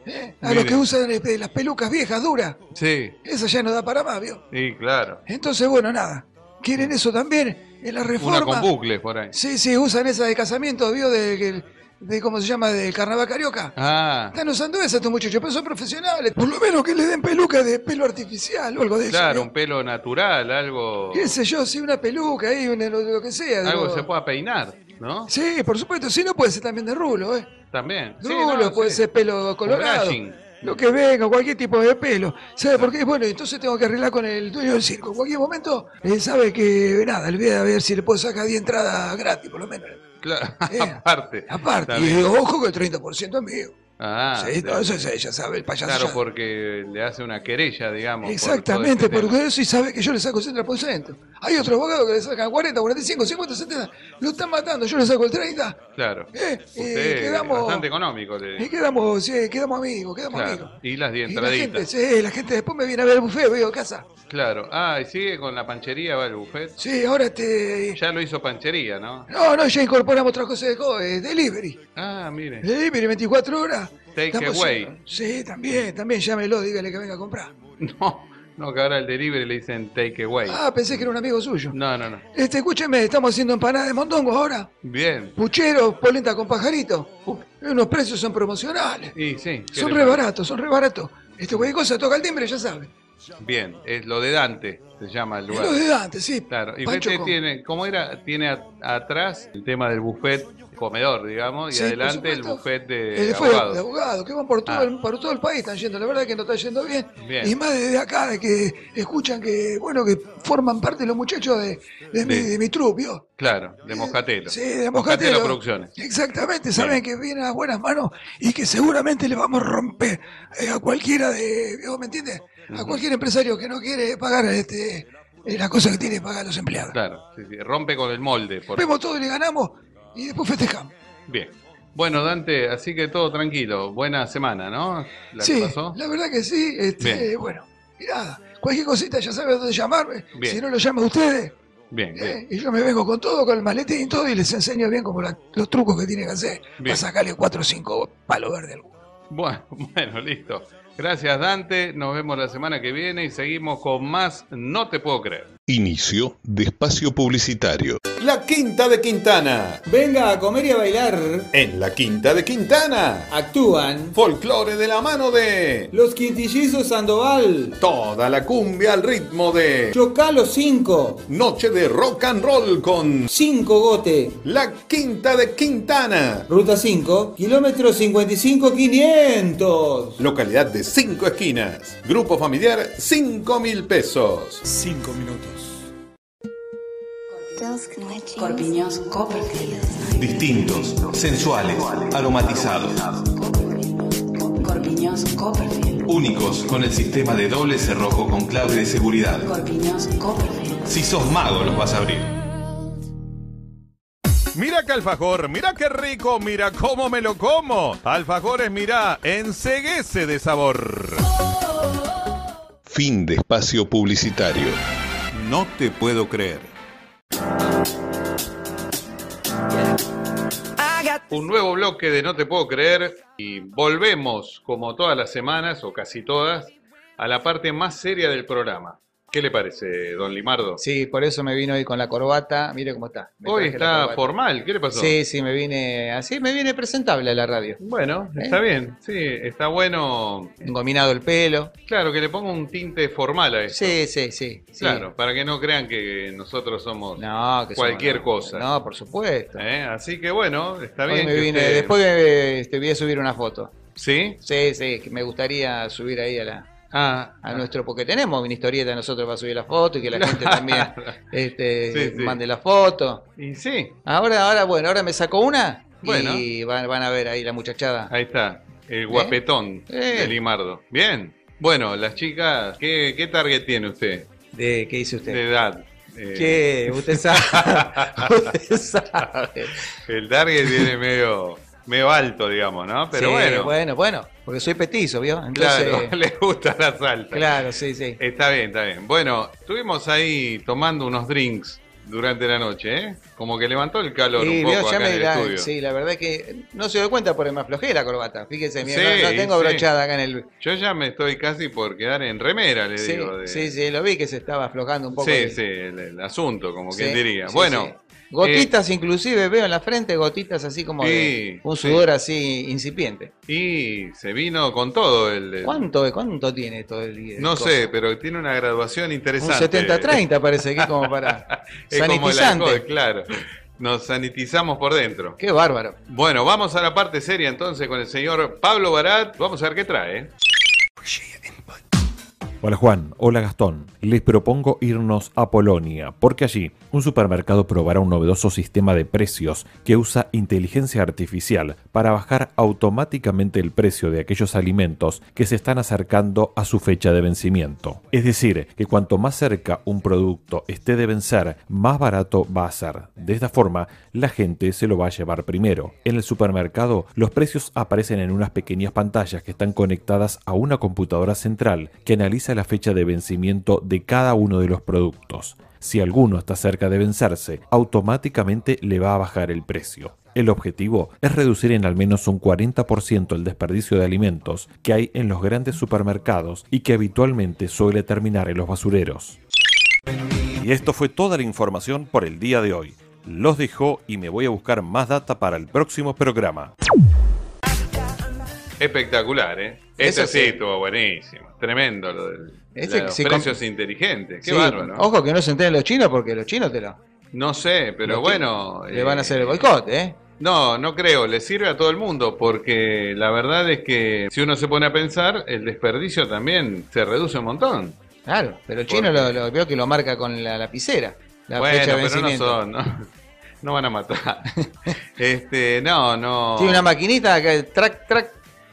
[SPEAKER 8] Eh, A
[SPEAKER 3] Mire.
[SPEAKER 8] los que usan este, las pelucas viejas duras.
[SPEAKER 3] Sí,
[SPEAKER 8] Esa ya no da para más, ¿vio?
[SPEAKER 3] sí, claro.
[SPEAKER 8] Entonces, bueno, nada. Quieren eso también en la
[SPEAKER 3] Una
[SPEAKER 8] reforma.
[SPEAKER 3] con bucles por ahí.
[SPEAKER 8] Sí, sí, usan esa de casamiento, ¿vio? De, de, de- ¿cómo se llama? Del carnaval carioca.
[SPEAKER 3] Ah,
[SPEAKER 8] Están usando esa estos muchachos, pero son profesionales. Por lo menos que le den peluca de pelo artificial o algo de
[SPEAKER 3] claro,
[SPEAKER 8] eso.
[SPEAKER 3] un pelo natural, algo,
[SPEAKER 8] ¿vio? Qué sé yo, sí, una peluca ahí, una- lo, lo que sea.
[SPEAKER 3] algo
[SPEAKER 8] digo.
[SPEAKER 3] se pueda peinar, ¿no?
[SPEAKER 8] Sí, por supuesto. Si no, puede ser también de rulo, ¿eh?
[SPEAKER 3] También. Sí,
[SPEAKER 8] Rulo,
[SPEAKER 3] no,
[SPEAKER 8] puede
[SPEAKER 3] sí.
[SPEAKER 8] ser pelo colorado.
[SPEAKER 3] brushing.
[SPEAKER 8] Lo que venga, cualquier tipo de pelo. ¿Sabe por qué? Bueno, entonces tengo que arreglar con el dueño del circo. En cualquier momento, eh, sabe que nada, le voy a ver si le puedo sacar 10 entradas gratis, por lo menos.
[SPEAKER 3] Claro,
[SPEAKER 8] Eh,
[SPEAKER 3] aparte.
[SPEAKER 8] Aparte, y
[SPEAKER 3] También.
[SPEAKER 8] digo, ojo que el 30% es mío.
[SPEAKER 3] Ah,
[SPEAKER 8] Sí,
[SPEAKER 3] sí.
[SPEAKER 8] no, eso es- ya sabe, el payaso.
[SPEAKER 3] claro,
[SPEAKER 8] ya-
[SPEAKER 3] porque le hace una querella, digamos. por todo
[SPEAKER 8] Exactamente,
[SPEAKER 3] este tema.
[SPEAKER 8] porque eso y sabe que yo le saco 100 por ciento. Hay otros abogados que le sacan 40, 45, 50, 70. Lo están matando, yo le saco el 30.
[SPEAKER 3] Claro.
[SPEAKER 8] Eh,
[SPEAKER 3] Usted
[SPEAKER 8] eh, quedamos- Eh,
[SPEAKER 3] es bastante económico. le-
[SPEAKER 8] Y quedamos, sí, quedamos amigos, quedamos
[SPEAKER 3] claro.
[SPEAKER 8] amigos.
[SPEAKER 3] Y las
[SPEAKER 8] Y la gente,
[SPEAKER 3] dientraditas.
[SPEAKER 8] sí, la gente después me viene a ver el buffet, veo casa.
[SPEAKER 3] Claro. Ah, y sigue con la panchería, va el buffet.
[SPEAKER 8] Sí, ahora te.
[SPEAKER 3] Ya lo hizo panchería, ¿no?
[SPEAKER 8] No, no, ya incorporamos otras cosas de co- eh, delivery.
[SPEAKER 3] Ah, mire.
[SPEAKER 8] Delivery 24 horas.
[SPEAKER 3] Take
[SPEAKER 8] Estamos-
[SPEAKER 3] away.
[SPEAKER 8] Sí, también, también llámelo, dígale que venga a comprar.
[SPEAKER 3] No, no, que ahora el delivery le dicen take away.
[SPEAKER 8] Ah, pensé que era un amigo suyo.
[SPEAKER 3] No, no, no.
[SPEAKER 8] Este, escúcheme, estamos haciendo empanadas de mondongo ahora.
[SPEAKER 3] Bien.
[SPEAKER 8] Puchero, polenta con pajarito. Uh, Unos precios son promocionales.
[SPEAKER 3] Y sí. ¿qué
[SPEAKER 8] Son
[SPEAKER 3] le
[SPEAKER 8] re
[SPEAKER 3] parece?
[SPEAKER 8] baratos, son re baratos. Este cualquier cosa toca el timbre, ya sabe.
[SPEAKER 3] Bien, es lo de Dante, se llama el
[SPEAKER 8] Es
[SPEAKER 3] lugar.
[SPEAKER 8] lo de antes, sí.
[SPEAKER 3] Claro, y
[SPEAKER 8] Pancho
[SPEAKER 3] usted
[SPEAKER 8] con-
[SPEAKER 3] tiene, ¿cómo era? Tiene a- atrás el tema del buffet comedor, digamos, y
[SPEAKER 8] Sí, por
[SPEAKER 3] adelante el
[SPEAKER 8] supuesto.
[SPEAKER 3] buffet de
[SPEAKER 8] Eh, fue
[SPEAKER 3] abogados.
[SPEAKER 8] de abogados, que van por todo,
[SPEAKER 3] Ah.
[SPEAKER 8] el, por todo el país, están yendo. La verdad que no está yendo bien.
[SPEAKER 3] Bien.
[SPEAKER 8] Y más desde acá, de que escuchan que, bueno, que forman parte los muchachos de, de mi,
[SPEAKER 3] De-
[SPEAKER 8] de mi troupe, ¿vio?
[SPEAKER 3] Claro, de Moscatelo.
[SPEAKER 8] Sí, de Moscatelo.
[SPEAKER 3] Producciones.
[SPEAKER 8] Exactamente, saben que vienen a buenas manos y que seguramente le vamos a romper eh, a cualquiera de, ¿vio? ¿me entiendes? A cualquier empresario que no quiere pagar este, eh, la cosa que tiene que pagar a los empleados.
[SPEAKER 3] Claro, sí, sí, rompe con el molde. por-
[SPEAKER 8] Vemos todo y le ganamos y después festejamos.
[SPEAKER 3] Bien. Bueno, Dante, así que todo tranquilo. Buena semana, ¿no? La
[SPEAKER 8] sí,
[SPEAKER 3] que pasó.
[SPEAKER 8] la verdad que sí. Este,
[SPEAKER 3] Bien.
[SPEAKER 8] bueno, y nada, cualquier cosita ya saben dónde llamarme.
[SPEAKER 3] Bien.
[SPEAKER 8] Si no lo llaman ustedes,
[SPEAKER 3] Bien, bien.
[SPEAKER 8] eh, y yo me vengo con todo, con el maletín y todo, y les enseño bien como la- los trucos que tienen que hacer
[SPEAKER 3] Bien.
[SPEAKER 8] para sacarle 4 o 5 palos verdes al
[SPEAKER 3] Bueno, bueno, listo. Gracias, Dante. Nos vemos la semana que viene y seguimos con más No Te Puedo Creer.
[SPEAKER 6] Inicio de espacio publicitario.
[SPEAKER 7] La Quinta de Quintana.
[SPEAKER 5] Venga a comer y a bailar.
[SPEAKER 7] En la Quinta de Quintana.
[SPEAKER 5] Actúan
[SPEAKER 7] Folclore de la mano de.
[SPEAKER 5] los quintillizos Sandoval,
[SPEAKER 7] Toda la cumbia al ritmo de.
[SPEAKER 5] Chocalo 5,
[SPEAKER 7] Noche de rock and roll con.
[SPEAKER 5] 5 Gote,
[SPEAKER 7] La Quinta de Quintana.
[SPEAKER 5] ruta 5, kilómetro 55 500.
[SPEAKER 7] Localidad de 5 esquinas. Grupo familiar 5 mil pesos.
[SPEAKER 9] Corpiños Copperfield.
[SPEAKER 1] Distintos, sensuales, aromatizados,
[SPEAKER 9] Corpiños Copperfield.
[SPEAKER 1] únicos con el sistema de doble cerrojo con clave de seguridad.
[SPEAKER 9] Corpiños Copperfield.
[SPEAKER 1] Si sos mago los vas a abrir.
[SPEAKER 3] Mira que alfajor, mira qué rico, mira cómo me lo como. Alfajores, mira, enseguece de sabor.
[SPEAKER 6] Fin de espacio publicitario.
[SPEAKER 7] No te puedo creer.
[SPEAKER 3] Un nuevo bloque de No Te Puedo Creer y volvemos, como todas las semanas, o casi todas, a la parte más seria del programa. ¿Qué le parece, don Limardo?
[SPEAKER 4] Sí, por eso me vine hoy con la corbata. Mire cómo está. Me
[SPEAKER 3] Hoy
[SPEAKER 4] traje la
[SPEAKER 3] está
[SPEAKER 4] corbata.
[SPEAKER 3] formal, ¿qué le pasó?
[SPEAKER 4] Sí, sí, me vine así, me viene presentable a la radio.
[SPEAKER 3] Bueno,
[SPEAKER 4] ¿Eh?
[SPEAKER 3] está bien, sí, está bueno.
[SPEAKER 4] Engominado el pelo.
[SPEAKER 3] Claro, que le ponga un tinte formal a eso.
[SPEAKER 4] Sí, sí, sí. sí.
[SPEAKER 3] Claro, para que no crean que nosotros somos...
[SPEAKER 4] No, que somos-
[SPEAKER 3] Cualquier
[SPEAKER 4] no,
[SPEAKER 3] cosa.
[SPEAKER 4] No, por supuesto.
[SPEAKER 3] ¿eh? Así que bueno, está
[SPEAKER 4] Hoy
[SPEAKER 3] bien.
[SPEAKER 4] me
[SPEAKER 3] que
[SPEAKER 4] vine-
[SPEAKER 3] usted-
[SPEAKER 4] Después me- este, voy a subir una foto.
[SPEAKER 3] ¿Sí?
[SPEAKER 4] Sí, sí, que me gustaría subir ahí a la
[SPEAKER 3] Ah,
[SPEAKER 4] a nuestro, porque tenemos una historieta nosotros para subir la foto y que la gente también este,
[SPEAKER 3] Sí, sí.
[SPEAKER 4] mande la foto.
[SPEAKER 3] y sí,
[SPEAKER 4] Ahora, ahora, bueno, ahora me sacó una y
[SPEAKER 3] Bueno.
[SPEAKER 4] van, van a ver ahí la muchachada.
[SPEAKER 3] ahí está, el guapetón
[SPEAKER 4] Eh.
[SPEAKER 3] de Limardo. Bien. Bueno, las chicas, ¿qué, qué target tiene usted
[SPEAKER 4] ¿De qué dice usted?
[SPEAKER 3] de edad? Eh,
[SPEAKER 4] Che, usted sabe. usted sabe.
[SPEAKER 3] El target viene medio, medio alto, digamos, ¿no? Pero
[SPEAKER 4] Sí,
[SPEAKER 3] bueno,
[SPEAKER 4] Bueno, bueno, porque soy petizo, ¿vio? Entonces,
[SPEAKER 3] claro,
[SPEAKER 4] claro,
[SPEAKER 3] le gusta la salta.
[SPEAKER 4] sí, sí.
[SPEAKER 3] Está bien, está bien. Bueno, estuvimos ahí tomando unos drinks durante la noche, ¿eh? Como que levantó el calor
[SPEAKER 4] Y
[SPEAKER 3] un poco
[SPEAKER 4] vio,
[SPEAKER 3] acá
[SPEAKER 4] ya
[SPEAKER 3] en
[SPEAKER 4] me
[SPEAKER 3] el
[SPEAKER 4] dirá,
[SPEAKER 3] estudio.
[SPEAKER 4] sí, la verdad es que no se dio cuenta porque me aflojé la corbata. Fíjese, mira,
[SPEAKER 3] Sí,
[SPEAKER 4] no, no tengo
[SPEAKER 3] sí.
[SPEAKER 4] brochada acá en el.
[SPEAKER 3] Yo ya me estoy casi por quedar en remera, le
[SPEAKER 4] Sí,
[SPEAKER 3] digo. de-
[SPEAKER 4] sí, sí, lo vi que se estaba aflojando un poco.
[SPEAKER 3] Sí,
[SPEAKER 4] el-
[SPEAKER 3] sí, el, el asunto, como
[SPEAKER 4] sí,
[SPEAKER 3] quien diría.
[SPEAKER 4] sí,
[SPEAKER 3] bueno, eh,
[SPEAKER 4] sí. Gotitas, inclusive veo en la frente gotitas así como de
[SPEAKER 3] Sí,
[SPEAKER 4] un
[SPEAKER 3] sí.
[SPEAKER 4] sudor así incipiente.
[SPEAKER 3] y se vino con todo el. el-
[SPEAKER 4] ¿Cuánto, cuánto tiene todo el
[SPEAKER 3] No
[SPEAKER 4] el
[SPEAKER 3] sé,
[SPEAKER 4] coso?
[SPEAKER 3] pero tiene una graduación
[SPEAKER 4] Un
[SPEAKER 3] interesante.
[SPEAKER 4] 70-30 parece que es como para
[SPEAKER 3] Es como el
[SPEAKER 4] sanitizante.
[SPEAKER 3] alcohol, claro. Nos sanitizamos por dentro.
[SPEAKER 4] Qué bárbaro.
[SPEAKER 3] Bueno, vamos a la parte seria entonces con el señor Pablo Barat. Vamos a ver qué trae. ¿eh?
[SPEAKER 10] Hola Juan, hola Gastón. Les propongo irnos a Polonia, porque allí un supermercado probará un novedoso sistema de precios que usa inteligencia artificial para bajar automáticamente el precio de aquellos alimentos que se están acercando a su fecha de vencimiento. Es decir, que cuanto más cerca un producto esté de vencer, más barato va a ser. De esta forma, la gente se lo va a llevar primero. En el supermercado, los precios aparecen en unas pequeñas pantallas que están conectadas a una computadora central que analiza la fecha de vencimiento de cada uno de los productos. Si alguno está cerca de vencerse, automáticamente le va a bajar el precio. El objetivo es reducir en al menos un 40% el desperdicio de alimentos que hay en los grandes supermercados y que habitualmente suele terminar en los basureros. Y esto fue toda la información por el día de hoy. Los dejo y me voy a buscar más data para el próximo programa.
[SPEAKER 3] Espectacular, ¿eh? Este
[SPEAKER 4] Eso
[SPEAKER 3] sí,
[SPEAKER 4] sí.
[SPEAKER 3] estuvo buenísimo. Tremendo lo del.
[SPEAKER 4] Este
[SPEAKER 3] los
[SPEAKER 4] se com-
[SPEAKER 3] precios inteligentes. Qué
[SPEAKER 4] Sí,
[SPEAKER 3] bárbaro. ¿no?
[SPEAKER 4] Ojo que no se enteren los chinos porque los chinos te lo,
[SPEAKER 3] No sé, pero
[SPEAKER 4] Lo que-
[SPEAKER 3] bueno.
[SPEAKER 4] le
[SPEAKER 3] eh,
[SPEAKER 4] van a hacer el boicot, ¿eh?
[SPEAKER 3] No, no creo, le sirve a todo el mundo, porque la verdad es que si uno se pone a pensar, el desperdicio también se reduce un montón.
[SPEAKER 4] Claro, pero el chino
[SPEAKER 3] Porque-
[SPEAKER 4] lo, lo- veo que lo marca con la lapicera. La
[SPEAKER 3] bueno,
[SPEAKER 4] fecha de
[SPEAKER 3] pero no
[SPEAKER 4] vencimiento.
[SPEAKER 3] son, no, no van a matar. este, no, no.
[SPEAKER 4] Tiene una maquinita que track, track.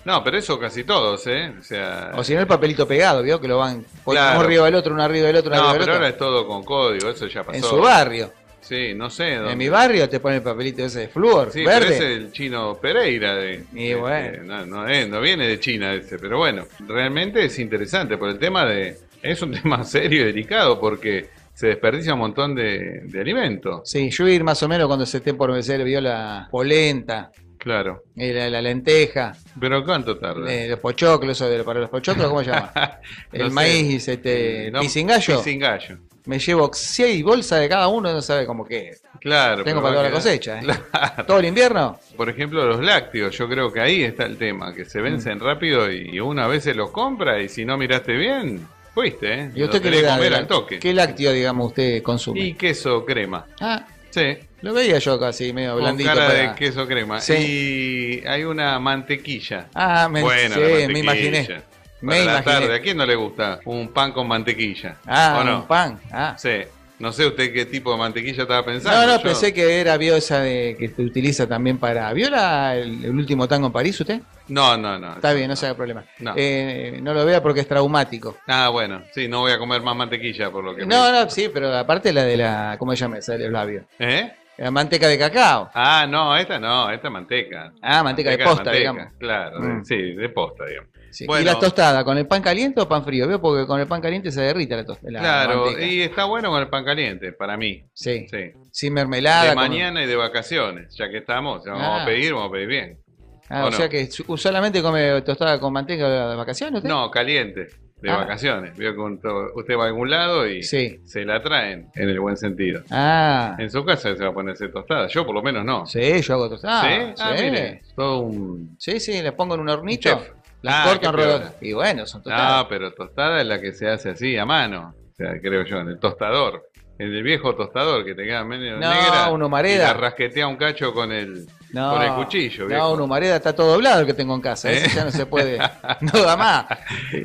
[SPEAKER 3] No, pero eso casi todos, ¿eh? O sea,
[SPEAKER 4] O si no, el papelito pegado, ¿vio? Que lo van poniendo
[SPEAKER 3] Claro.
[SPEAKER 4] uno arriba del otro, uno arriba del otro, uno
[SPEAKER 3] no,
[SPEAKER 4] arriba del
[SPEAKER 3] pero ahora
[SPEAKER 4] otro.
[SPEAKER 3] es todo con código, eso ya pasó.
[SPEAKER 4] en su barrio.
[SPEAKER 3] Sí, no sé. dónde.
[SPEAKER 4] En mi barrio te ponen el papelito ese de flúor,
[SPEAKER 3] Sí,
[SPEAKER 4] verde.
[SPEAKER 3] pero es el chino Pereira. De, este,
[SPEAKER 4] Y bueno.
[SPEAKER 3] no, no es- no viene de China ese, pero bueno, realmente es interesante por el tema de... Es un tema serio y delicado porque se desperdicia un montón de, de alimentos.
[SPEAKER 4] Sí, yo ir más o menos cuando se esté por vencer, vio la polenta,
[SPEAKER 3] Claro.
[SPEAKER 4] eh, la, la lenteja,
[SPEAKER 3] Pero ¿cuánto tarda?
[SPEAKER 4] eh, los pochoclos, eso de- para los pochoclos, ¿cómo se llama?
[SPEAKER 3] No
[SPEAKER 4] El
[SPEAKER 3] sé.
[SPEAKER 4] maíz, este,
[SPEAKER 3] Eh, No,
[SPEAKER 4] pisingallo.
[SPEAKER 3] pisingallo.
[SPEAKER 4] Me llevo seis bolsas de cada uno, no sabe cómo que
[SPEAKER 3] Claro. pero
[SPEAKER 4] Tengo para
[SPEAKER 3] va
[SPEAKER 4] toda
[SPEAKER 3] a
[SPEAKER 4] la
[SPEAKER 3] quedar-
[SPEAKER 4] cosecha, ¿eh?
[SPEAKER 3] Claro.
[SPEAKER 4] Todo el invierno.
[SPEAKER 3] Por ejemplo, los lácteos, yo creo que ahí está el tema, que se vencen
[SPEAKER 4] Mm.
[SPEAKER 3] rápido y, y uno a veces los compra y si no miraste bien, fuiste, ¿eh?
[SPEAKER 4] ¿Y usted
[SPEAKER 3] Lo
[SPEAKER 4] qué
[SPEAKER 3] tenés
[SPEAKER 4] le
[SPEAKER 3] que
[SPEAKER 4] da? de
[SPEAKER 3] comer
[SPEAKER 4] la-
[SPEAKER 3] al toque.
[SPEAKER 4] ¿Qué lácteo, digamos, usted consume?
[SPEAKER 3] Y queso crema.
[SPEAKER 4] Ah,
[SPEAKER 3] Sí.
[SPEAKER 4] lo veía yo casi, medio
[SPEAKER 3] Con
[SPEAKER 4] blandito.
[SPEAKER 3] cara
[SPEAKER 4] para-
[SPEAKER 3] de queso crema. Y hay una mantequilla.
[SPEAKER 4] Ah, me,
[SPEAKER 3] bueno,
[SPEAKER 4] sí,
[SPEAKER 3] la
[SPEAKER 4] me
[SPEAKER 3] mantequilla.
[SPEAKER 4] imaginé. Me
[SPEAKER 3] Para la
[SPEAKER 4] imaginé.
[SPEAKER 3] tarde, ¿a quién no le gusta un pan con mantequilla?
[SPEAKER 4] Ah,
[SPEAKER 3] ¿O no?
[SPEAKER 4] un pan. Ah.
[SPEAKER 3] Sí. No sé usted qué tipo de mantequilla estaba pensando.
[SPEAKER 4] No, no,
[SPEAKER 3] yo-
[SPEAKER 4] pensé que era viosa de, que te utiliza también para. ¿Vio la- el, el último tango en París usted?
[SPEAKER 3] No, no, no.
[SPEAKER 4] Está bien, no se haga problema.
[SPEAKER 3] No.
[SPEAKER 4] Eh, no lo vea porque es traumático.
[SPEAKER 3] Ah, bueno. Sí, no voy a comer más mantequilla por lo que me-
[SPEAKER 4] No, no, sí, pero aparte la de la. ¿Cómo se llama esa de los labios?
[SPEAKER 3] ¿Eh?
[SPEAKER 4] La manteca de cacao.
[SPEAKER 3] Ah, no, esta no, esta es manteca.
[SPEAKER 4] Ah, manteca de posta, digamos.
[SPEAKER 3] Claro, de-
[SPEAKER 4] Mm.
[SPEAKER 3] sí, de posta, digamos.
[SPEAKER 4] Sí.
[SPEAKER 3] Bueno.
[SPEAKER 4] ¿Y la tostada? ¿Con el pan caliente o pan frío? Veo porque con el pan caliente se derrita la tostada.
[SPEAKER 3] claro, y está bueno con el pan caliente, para mí.
[SPEAKER 4] Sí.
[SPEAKER 3] Sí.
[SPEAKER 4] Sin mermelada.
[SPEAKER 3] de
[SPEAKER 4] con-
[SPEAKER 3] mañana y de vacaciones, ya que estamos, ya vamos
[SPEAKER 4] Ah.
[SPEAKER 3] a pedir, vamos a pedir bien.
[SPEAKER 4] Ah,
[SPEAKER 3] ¿o
[SPEAKER 4] o,
[SPEAKER 3] no?
[SPEAKER 4] sea que su- solamente come tostada con manteca de vacaciones usted.
[SPEAKER 3] No, caliente, de
[SPEAKER 4] Ah.
[SPEAKER 3] vacaciones. Veo que un to- usted va a algún lado y
[SPEAKER 4] Sí.
[SPEAKER 3] se la traen, en el buen sentido.
[SPEAKER 4] Ah.
[SPEAKER 3] En su casa se va a ponerse tostada, yo por lo menos no.
[SPEAKER 4] Sí, yo hago tostada.
[SPEAKER 3] ¿Sí? Ah, mire, todo un...
[SPEAKER 4] Sí, sí, las pongo en un hornito.
[SPEAKER 3] Chef.
[SPEAKER 4] Las
[SPEAKER 3] Ah,
[SPEAKER 4] corto
[SPEAKER 3] qué
[SPEAKER 4] en rodajas.
[SPEAKER 3] piola.
[SPEAKER 4] Y bueno, son tostadas.
[SPEAKER 3] Ah, pero tostada es la que se hace así, a mano, o sea, creo yo, en el tostador. En el viejo tostador que te queda medio
[SPEAKER 4] No,
[SPEAKER 3] negra
[SPEAKER 4] un humareda.
[SPEAKER 3] y la rasquetea un cacho con el,
[SPEAKER 4] No,
[SPEAKER 3] con el cuchillo. viejo.
[SPEAKER 4] No, un humareda está todo doblado el que tengo en casa.
[SPEAKER 3] ¿Eh?
[SPEAKER 4] Ese ya no se puede. No da más.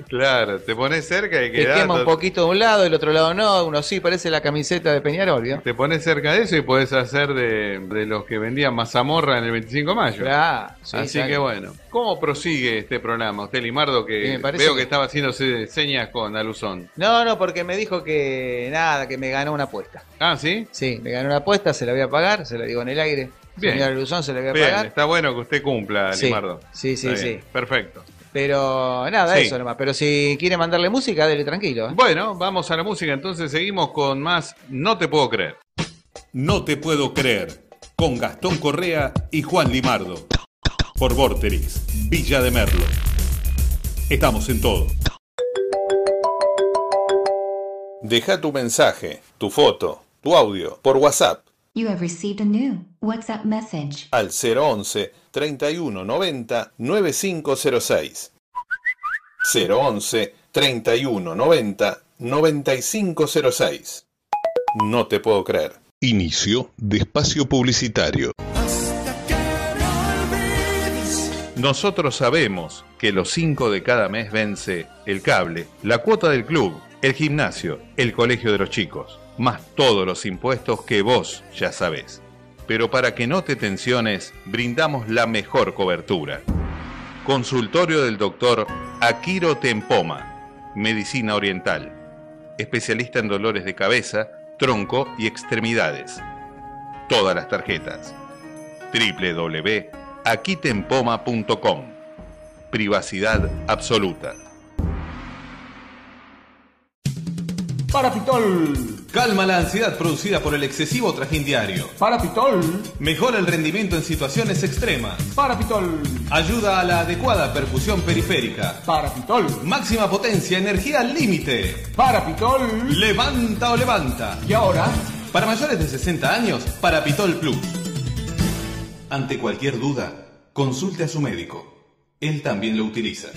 [SPEAKER 3] Claro, te pones cerca y
[SPEAKER 4] Te
[SPEAKER 3] quedás
[SPEAKER 4] quema un
[SPEAKER 3] to-
[SPEAKER 4] poquito de un lado, del otro lado no. Uno sí, parece la camiseta de Peñarol. ¿vio?
[SPEAKER 3] Te pones cerca de eso y podés hacer de, de los que vendían mazamorra en el 25 de mayo.
[SPEAKER 4] Claro, sí,
[SPEAKER 3] Así
[SPEAKER 4] sabe.
[SPEAKER 3] que bueno, ¿cómo prosigue este programa? Usted, Limardo,
[SPEAKER 4] Sí,
[SPEAKER 3] que
[SPEAKER 4] me parece
[SPEAKER 3] veo que...
[SPEAKER 4] que-
[SPEAKER 3] estaba haciendo se- señas con Aluzón.
[SPEAKER 4] No, no, porque me dijo que nada, que me ganó una apuesta.
[SPEAKER 3] Ah, ¿sí?
[SPEAKER 4] Sí, me ganó una apuesta, se la voy a pagar, se la digo en el aire.
[SPEAKER 3] Bien.
[SPEAKER 4] Señor Luzón, se la voy a
[SPEAKER 3] Bien,
[SPEAKER 4] pagar.
[SPEAKER 3] está bueno que usted cumpla,
[SPEAKER 4] Sí,
[SPEAKER 3] Limardo.
[SPEAKER 4] sí, sí,
[SPEAKER 3] Está bien,
[SPEAKER 4] sí.
[SPEAKER 3] Perfecto.
[SPEAKER 4] Pero nada,
[SPEAKER 3] Sí.
[SPEAKER 4] eso nomás. Pero si quiere mandarle música, dele tranquilo. ¿eh?
[SPEAKER 3] Bueno, vamos a la música, entonces seguimos con más No Te Puedo Creer.
[SPEAKER 7] No te puedo creer. Con Gastón Correa y Juan Limardo. Por Vorterix, Villa de Merlo. Estamos en todo.
[SPEAKER 6] Deja tu mensaje, tu foto, tu audio por WhatsApp
[SPEAKER 9] You have received a new WhatsApp message.
[SPEAKER 6] al 011 31 90 9506. 011 31 90 9506. No te puedo creer.
[SPEAKER 11] Inicio de espacio publicitario.
[SPEAKER 3] Nosotros sabemos que los 5 de cada mes vence el cable, la cuota del club, el gimnasio, el colegio de los chicos, más todos los impuestos que vos ya sabés. Pero para que no te tensiones, brindamos la mejor cobertura. Consultorio del doctor Akiro Tempoma, Medicina Oriental, especialista en dolores de cabeza, tronco y extremidades. Todas las tarjetas www.aquitempoma.com. Privacidad absoluta.
[SPEAKER 1] Parapitol. Calma la ansiedad producida por el excesivo trajín diario. Parapitol. Mejora el rendimiento en situaciones extremas. Parapitol. Ayuda a la adecuada perfusión periférica. Parapitol. Máxima potencia, energía al límite. Parapitol. Levanta o levanta. ¿Y ahora? Para mayores de 60 años, Parapitol Plus. Ante cualquier duda, consulte a su médico. Él también lo utiliza.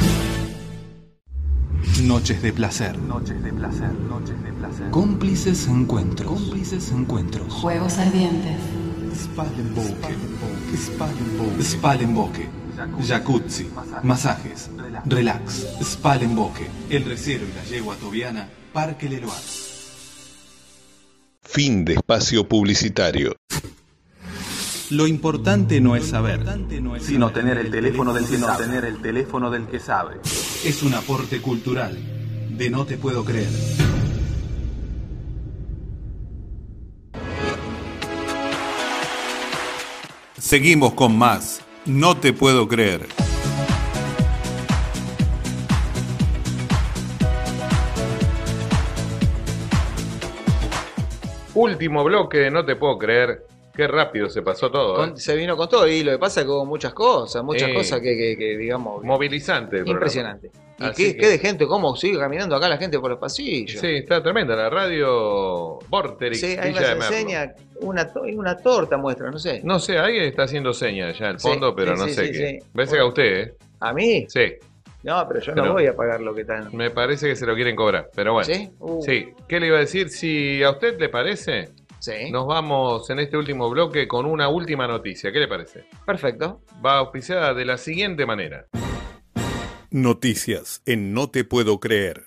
[SPEAKER 1] Noches de placer. Noches de placer. Noches de placer.
[SPEAKER 12] Cómplices encuentros. Cómplices encuentros.
[SPEAKER 9] Juegos ardientes.
[SPEAKER 1] Spalenboke. Spalenboke. Spalenboke. Jacuzzi. Masajes. Relax. Spalenboke. El recero y la yegua tobiana. Parque Leroy.
[SPEAKER 11] Fin de espacio publicitario.
[SPEAKER 1] Lo importante no es saber, sino tener el teléfono del que
[SPEAKER 13] Sino
[SPEAKER 1] sabe. Tener el teléfono del que sabe. Es un aporte cultural de no te puedo creer.
[SPEAKER 7] Seguimos con más. No te puedo creer.
[SPEAKER 3] Último bloque, de no te puedo creer. Qué rápido se pasó todo.
[SPEAKER 4] Con-
[SPEAKER 3] ¿eh?
[SPEAKER 4] se vino con todo y lo que pasa es que hubo muchas cosas, muchas
[SPEAKER 3] Sí.
[SPEAKER 4] cosas que, que- que, digamos,
[SPEAKER 3] Movilizante. el programa.
[SPEAKER 4] impresionante. Y
[SPEAKER 3] Así
[SPEAKER 4] qué,
[SPEAKER 3] que-
[SPEAKER 4] qué de gente, cómo sigue caminando acá la gente por los pasillos.
[SPEAKER 3] Sí, está tremenda. La radio Vorterix.
[SPEAKER 4] Sí, ahí
[SPEAKER 3] Villa de
[SPEAKER 4] nos
[SPEAKER 3] Merlo.
[SPEAKER 4] enseña una, to- una torta, muestra, no sé.
[SPEAKER 3] No sé, alguien está haciendo señas ya al
[SPEAKER 4] Sí,
[SPEAKER 3] fondo, pero
[SPEAKER 4] sí,
[SPEAKER 3] no
[SPEAKER 4] sí,
[SPEAKER 3] sé
[SPEAKER 4] sí,
[SPEAKER 3] qué.
[SPEAKER 4] sí.
[SPEAKER 3] Parece que a usted, ¿eh?
[SPEAKER 4] ¿A mí?
[SPEAKER 3] Sí.
[SPEAKER 4] No, pero yo
[SPEAKER 3] Pero-
[SPEAKER 4] no voy a pagar lo que están.
[SPEAKER 3] Me parece que se lo quieren cobrar, pero bueno.
[SPEAKER 4] ¿Sí? Uh.
[SPEAKER 3] Sí. ¿Qué le iba a decir? Si a usted le parece,
[SPEAKER 4] Sí.
[SPEAKER 3] nos vamos en este último bloque con una última noticia. ¿Qué le parece?
[SPEAKER 4] Perfecto.
[SPEAKER 3] Va auspiciada de la siguiente manera.
[SPEAKER 7] Noticias en No te puedo creer.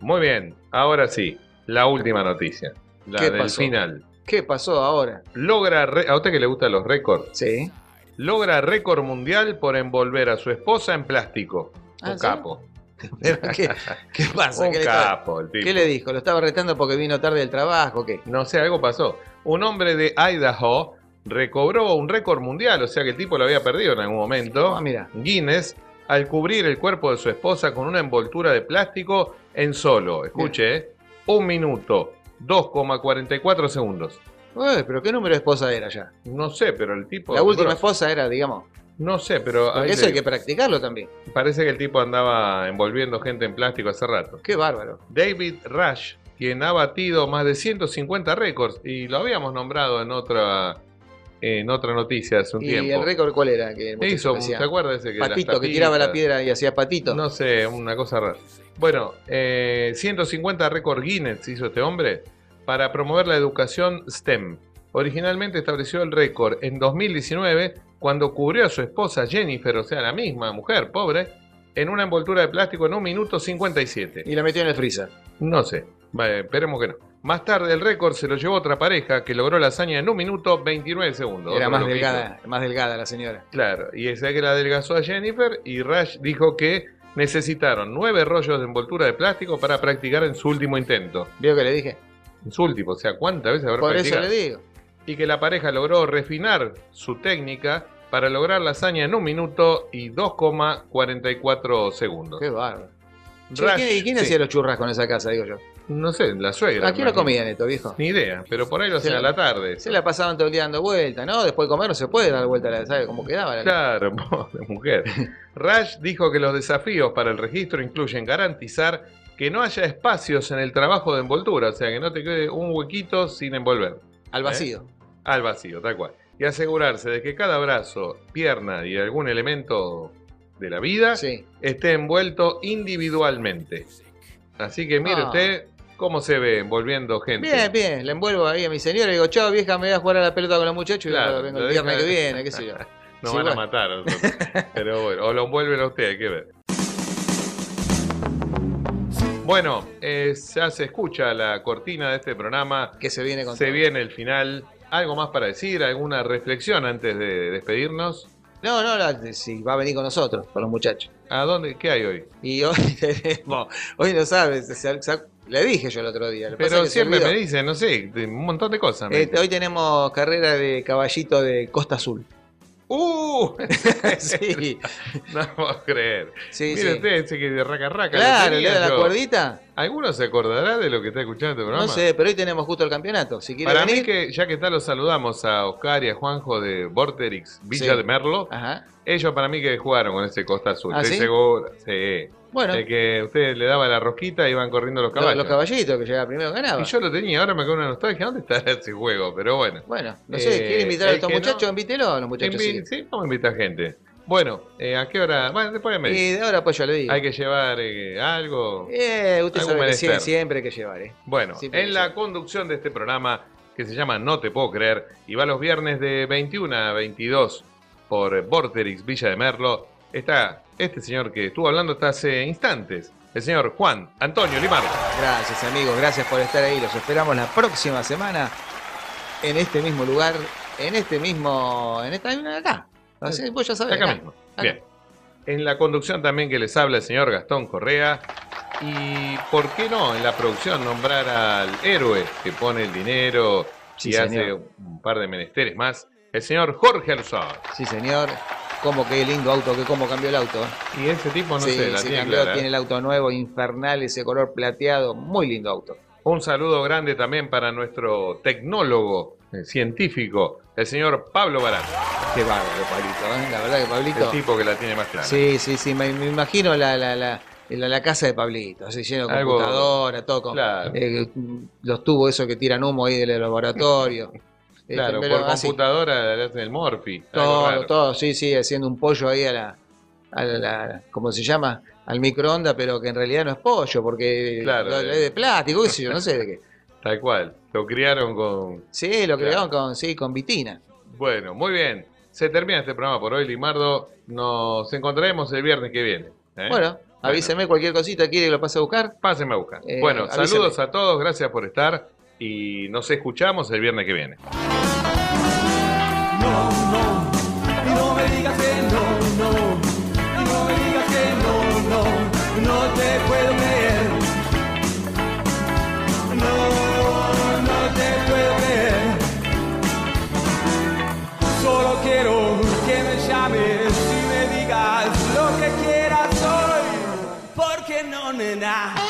[SPEAKER 3] Muy bien, ahora sí, la última noticia. La
[SPEAKER 4] ¿Qué
[SPEAKER 3] del
[SPEAKER 4] pasó?
[SPEAKER 3] final.
[SPEAKER 4] ¿Qué pasó ahora?
[SPEAKER 3] Logra, re- a usted que le gustan los récords,
[SPEAKER 4] Sí.
[SPEAKER 3] logra récord mundial por envolver a su esposa en plástico.
[SPEAKER 4] Ah,
[SPEAKER 3] Un
[SPEAKER 4] ¿sí?
[SPEAKER 3] capo.
[SPEAKER 4] ¿Qué, qué pasa?
[SPEAKER 1] Un
[SPEAKER 4] ¿Qué le estaba-
[SPEAKER 1] capo el tipo.
[SPEAKER 4] ¿Qué le dijo? ¿Lo estaba retando porque vino tarde del trabajo? ¿Qué?
[SPEAKER 1] No sé, algo pasó. Un hombre de Idaho recobró un récord mundial, o sea que el tipo lo había perdido en algún momento. Guinness, al cubrir el cuerpo de su esposa con una envoltura de plástico en solo, escuche, eh, un minuto, 2,44 segundos.
[SPEAKER 4] Uy, pero ¿qué número de esposa era ya?
[SPEAKER 1] No sé, pero el tipo.
[SPEAKER 4] La última
[SPEAKER 1] Bueno,
[SPEAKER 4] esposa era, digamos.
[SPEAKER 1] No sé, pero.
[SPEAKER 4] Porque
[SPEAKER 1] ahí
[SPEAKER 4] eso
[SPEAKER 1] le-
[SPEAKER 4] hay que practicarlo también.
[SPEAKER 1] Parece que el tipo andaba envolviendo gente en plástico hace rato.
[SPEAKER 4] Qué bárbaro.
[SPEAKER 1] David Rush, quien ha batido más de 150 récords, y lo habíamos nombrado en otra en otra noticia hace un
[SPEAKER 4] ¿Y
[SPEAKER 1] tiempo.
[SPEAKER 4] el récord cuál era? Que el muchacho
[SPEAKER 1] Hizo,
[SPEAKER 4] hacía?
[SPEAKER 1] ¿se acuerda ese que las
[SPEAKER 4] Patito, que
[SPEAKER 1] tapitas?
[SPEAKER 4] tiraba la piedra y hacía patito.
[SPEAKER 1] No sé, una cosa rara. Bueno, eh, 150 récord Guinness hizo este hombre para promover la educación STEM. Originalmente estableció el récord en 2019 cuando cubrió a su esposa Jennifer, o sea, la misma mujer, pobre, en una envoltura de plástico en un minuto 57.
[SPEAKER 4] Y la metió en el freezer.
[SPEAKER 1] No sé, Vale, esperemos que no. Más tarde el récord se lo llevó otra pareja que logró la hazaña en un minuto 29 segundos.
[SPEAKER 4] Era
[SPEAKER 1] Otro
[SPEAKER 4] más
[SPEAKER 1] loquito.
[SPEAKER 4] delgada, más delgada la señora.
[SPEAKER 1] Claro, y ese que la adelgazó a Jennifer y Rush dijo que necesitaron nueve rollos de envoltura de plástico para practicar en su último intento.
[SPEAKER 4] ¿Vio que le dije?
[SPEAKER 1] En su último, o sea, ¿cuántas veces habrá
[SPEAKER 4] Por eso
[SPEAKER 1] practicado?
[SPEAKER 4] le digo.
[SPEAKER 1] Y que la pareja logró refinar su técnica para lograr la hazaña en un minuto y 2,44 segundos.
[SPEAKER 4] Qué bárbaro. Che,
[SPEAKER 1] Rush,
[SPEAKER 4] ¿quién- ¿Y quién
[SPEAKER 1] sí.
[SPEAKER 4] hacía Ah, los churras con esa casa, digo yo?
[SPEAKER 1] No sé, la suegra.
[SPEAKER 4] ¿A qué hora
[SPEAKER 1] imagino.
[SPEAKER 4] comían esto, viejo?
[SPEAKER 1] Ni idea, pero por ahí lo hacían a la tarde.
[SPEAKER 4] Se la pasaban todo el día dando vuelta, ¿no? Después de comer no se puede dar vuelta, a la- ¿sabe cómo quedaba? la-
[SPEAKER 1] Claro, pobre mujer. Rush dijo que los desafíos para el registro incluyen garantizar que no haya espacios en el trabajo de envoltura, o sea, que no te quede un huequito sin envolver.
[SPEAKER 4] Al
[SPEAKER 1] ¿Eh?
[SPEAKER 4] vacío.
[SPEAKER 1] Al vacío, tal cual. Y asegurarse de que cada brazo, pierna y algún elemento de la vida esté envuelto individualmente. Así que mire
[SPEAKER 4] Ah.
[SPEAKER 1] usted cómo se ve envolviendo gente.
[SPEAKER 4] Bien, bien, le envuelvo ahí a mi señora y digo, chao vieja, me voy a jugar a la pelota con los muchachos y
[SPEAKER 1] Claro,
[SPEAKER 4] ahora vengo
[SPEAKER 1] lo
[SPEAKER 4] el viernes
[SPEAKER 1] deja-
[SPEAKER 4] que viene, qué sé yo.
[SPEAKER 1] Nos
[SPEAKER 4] Sí,
[SPEAKER 1] van a
[SPEAKER 4] bueno.
[SPEAKER 1] matar. a nosotros. Pero bueno, o lo envuelven a ustedes, hay que ver. Bueno, eh, ya se escucha la cortina de este programa.
[SPEAKER 4] Que se viene con
[SPEAKER 1] Se
[SPEAKER 4] todo.
[SPEAKER 1] viene el final. ¿Algo más para decir? ¿Alguna reflexión antes de despedirnos?
[SPEAKER 4] No, no, la- sí, va a venir con nosotros, con los muchachos.
[SPEAKER 1] ¿A dónde? ¿Qué hay hoy?
[SPEAKER 4] Y hoy tenemos, hoy no sabes, se- se- le dije yo el otro día. lo que pasa es
[SPEAKER 1] Pero
[SPEAKER 4] que se
[SPEAKER 1] siempre me
[SPEAKER 4] olvidó.
[SPEAKER 1] dicen, no sé, de un montón de cosas. me
[SPEAKER 4] Eh,
[SPEAKER 1] dicen.
[SPEAKER 4] hoy tenemos carrera de caballito de Costa Azul.
[SPEAKER 1] ¡Uh! sí. No puedo creer.
[SPEAKER 4] Sí,
[SPEAKER 1] Mire
[SPEAKER 4] sí.
[SPEAKER 1] usted, ese que de raca raca. este, lo
[SPEAKER 4] Claro,
[SPEAKER 1] tenía
[SPEAKER 4] ¿le da la
[SPEAKER 1] yo.
[SPEAKER 4] cuerdita?
[SPEAKER 1] ¿Alguno se acordará de lo que está escuchando este programa?
[SPEAKER 4] No sé, pero hoy tenemos justo el campeonato. Si quiere
[SPEAKER 1] Para
[SPEAKER 4] venir,
[SPEAKER 1] mí que ya que está los saludamos a Oscar y a Juanjo de Vorterix Villa
[SPEAKER 4] Sí.
[SPEAKER 1] de Merlo. Ellos para mí que jugaron con ese Costa Azul.
[SPEAKER 4] ¿Ah,
[SPEAKER 1] Estoy
[SPEAKER 4] sí?
[SPEAKER 1] seguro. Sí.
[SPEAKER 4] Bueno.
[SPEAKER 1] De que ustedes le daban la rosquita y iban corriendo los
[SPEAKER 4] los-
[SPEAKER 1] caballos.
[SPEAKER 4] los caballitos que llegaba primero ganaba.
[SPEAKER 1] y yo lo tenía, ahora me cae una nostalgia. ¿Dónde está ese juego? Pero bueno.
[SPEAKER 4] Bueno, no sé,
[SPEAKER 1] Eh,
[SPEAKER 4] ¿quiere invitar a
[SPEAKER 1] el
[SPEAKER 4] estos
[SPEAKER 1] que no-
[SPEAKER 4] muchachos? Invítelo a los muchachos.
[SPEAKER 1] Invi- Sí, vamos a invitar gente. Bueno, eh, ¿a qué hora? Bueno, después me
[SPEAKER 4] Y
[SPEAKER 1] dice.
[SPEAKER 4] de ahora pues yo le digo.
[SPEAKER 1] Hay que llevar eh, algo.
[SPEAKER 4] Eh,
[SPEAKER 1] Algún
[SPEAKER 4] usted sabe que
[SPEAKER 1] menester.
[SPEAKER 4] sie- siempre hay que llevar, ¿eh?
[SPEAKER 1] Bueno,
[SPEAKER 4] Siempre
[SPEAKER 1] en la conducción de este programa que se llama No Te Puedo Creer y va los viernes de 21 a 22 por Vorterix Villa de Merlo, está este señor que estuvo hablando hasta hace instantes, el señor Juan Antonio Limar.
[SPEAKER 4] Gracias, amigos, gracias por estar ahí. Los esperamos la próxima semana en este mismo lugar, en este mismo. en esta misma de acá. O sea, vos ya sabés.
[SPEAKER 1] Acá mismo. Bien. En la conducción también que les habla el señor Gastón Correa. Y por qué no en la producción nombrar al héroe que pone el dinero
[SPEAKER 4] Sí,
[SPEAKER 1] y hace
[SPEAKER 4] señor.
[SPEAKER 1] un par de menesteres más, el señor Jorge Alzado.
[SPEAKER 4] Sí, señor. Cómo qué lindo auto, que cómo cambió el auto.
[SPEAKER 1] Y ese tipo Oh, no
[SPEAKER 4] sí,
[SPEAKER 1] sé, la
[SPEAKER 4] se
[SPEAKER 1] tiene
[SPEAKER 4] cambió,
[SPEAKER 1] clara, ¿eh?
[SPEAKER 4] tiene el auto nuevo, infernal, ese color plateado, muy lindo auto.
[SPEAKER 1] Un saludo grande también para nuestro tecnólogo eh, científico, el señor Pablo Barán.
[SPEAKER 4] Qué bárbaro, Pablito, ¿eh? la verdad que Pablito-
[SPEAKER 1] El tipo que la tiene más clara.
[SPEAKER 4] Sí, sí, sí, me, me imagino la, la, la, la- la casa de Pablito, así lleno de
[SPEAKER 1] Algo-
[SPEAKER 4] computadora, todo con
[SPEAKER 1] Claro.
[SPEAKER 4] eh, los tubos esos que tiran humo ahí del laboratorio. Este,
[SPEAKER 1] Claro,
[SPEAKER 4] pero
[SPEAKER 1] por
[SPEAKER 4] así,
[SPEAKER 1] computadora le hacen el Morphy. algo
[SPEAKER 4] todo,
[SPEAKER 1] raro.
[SPEAKER 4] todo, sí, sí, haciendo un pollo ahí a la, a la- la- ¿cómo se llama? Al microondas, pero que en realidad no es pollo, porque
[SPEAKER 1] Claro,
[SPEAKER 4] lo-
[SPEAKER 1] eh.
[SPEAKER 4] es de plástico, qué sé yo, no sé de qué.
[SPEAKER 1] Tal cual. Lo criaron con.
[SPEAKER 4] Sí, lo
[SPEAKER 1] Claro.
[SPEAKER 4] crearon con, sí, con vitina.
[SPEAKER 1] Bueno, muy bien. Se termina este programa por hoy, Limardo. Nos encontraremos el viernes que viene. ¿eh?
[SPEAKER 4] Bueno, avíseme cualquier cosita, quiere que lo pase a buscar.
[SPEAKER 1] Pásenme a buscar.
[SPEAKER 4] Eh,
[SPEAKER 1] bueno,
[SPEAKER 4] avíseme.
[SPEAKER 1] saludos a todos, gracias por estar y nos escuchamos el viernes que viene.
[SPEAKER 2] Y no me digas que no, no. Y no me digas que no, no. No te and I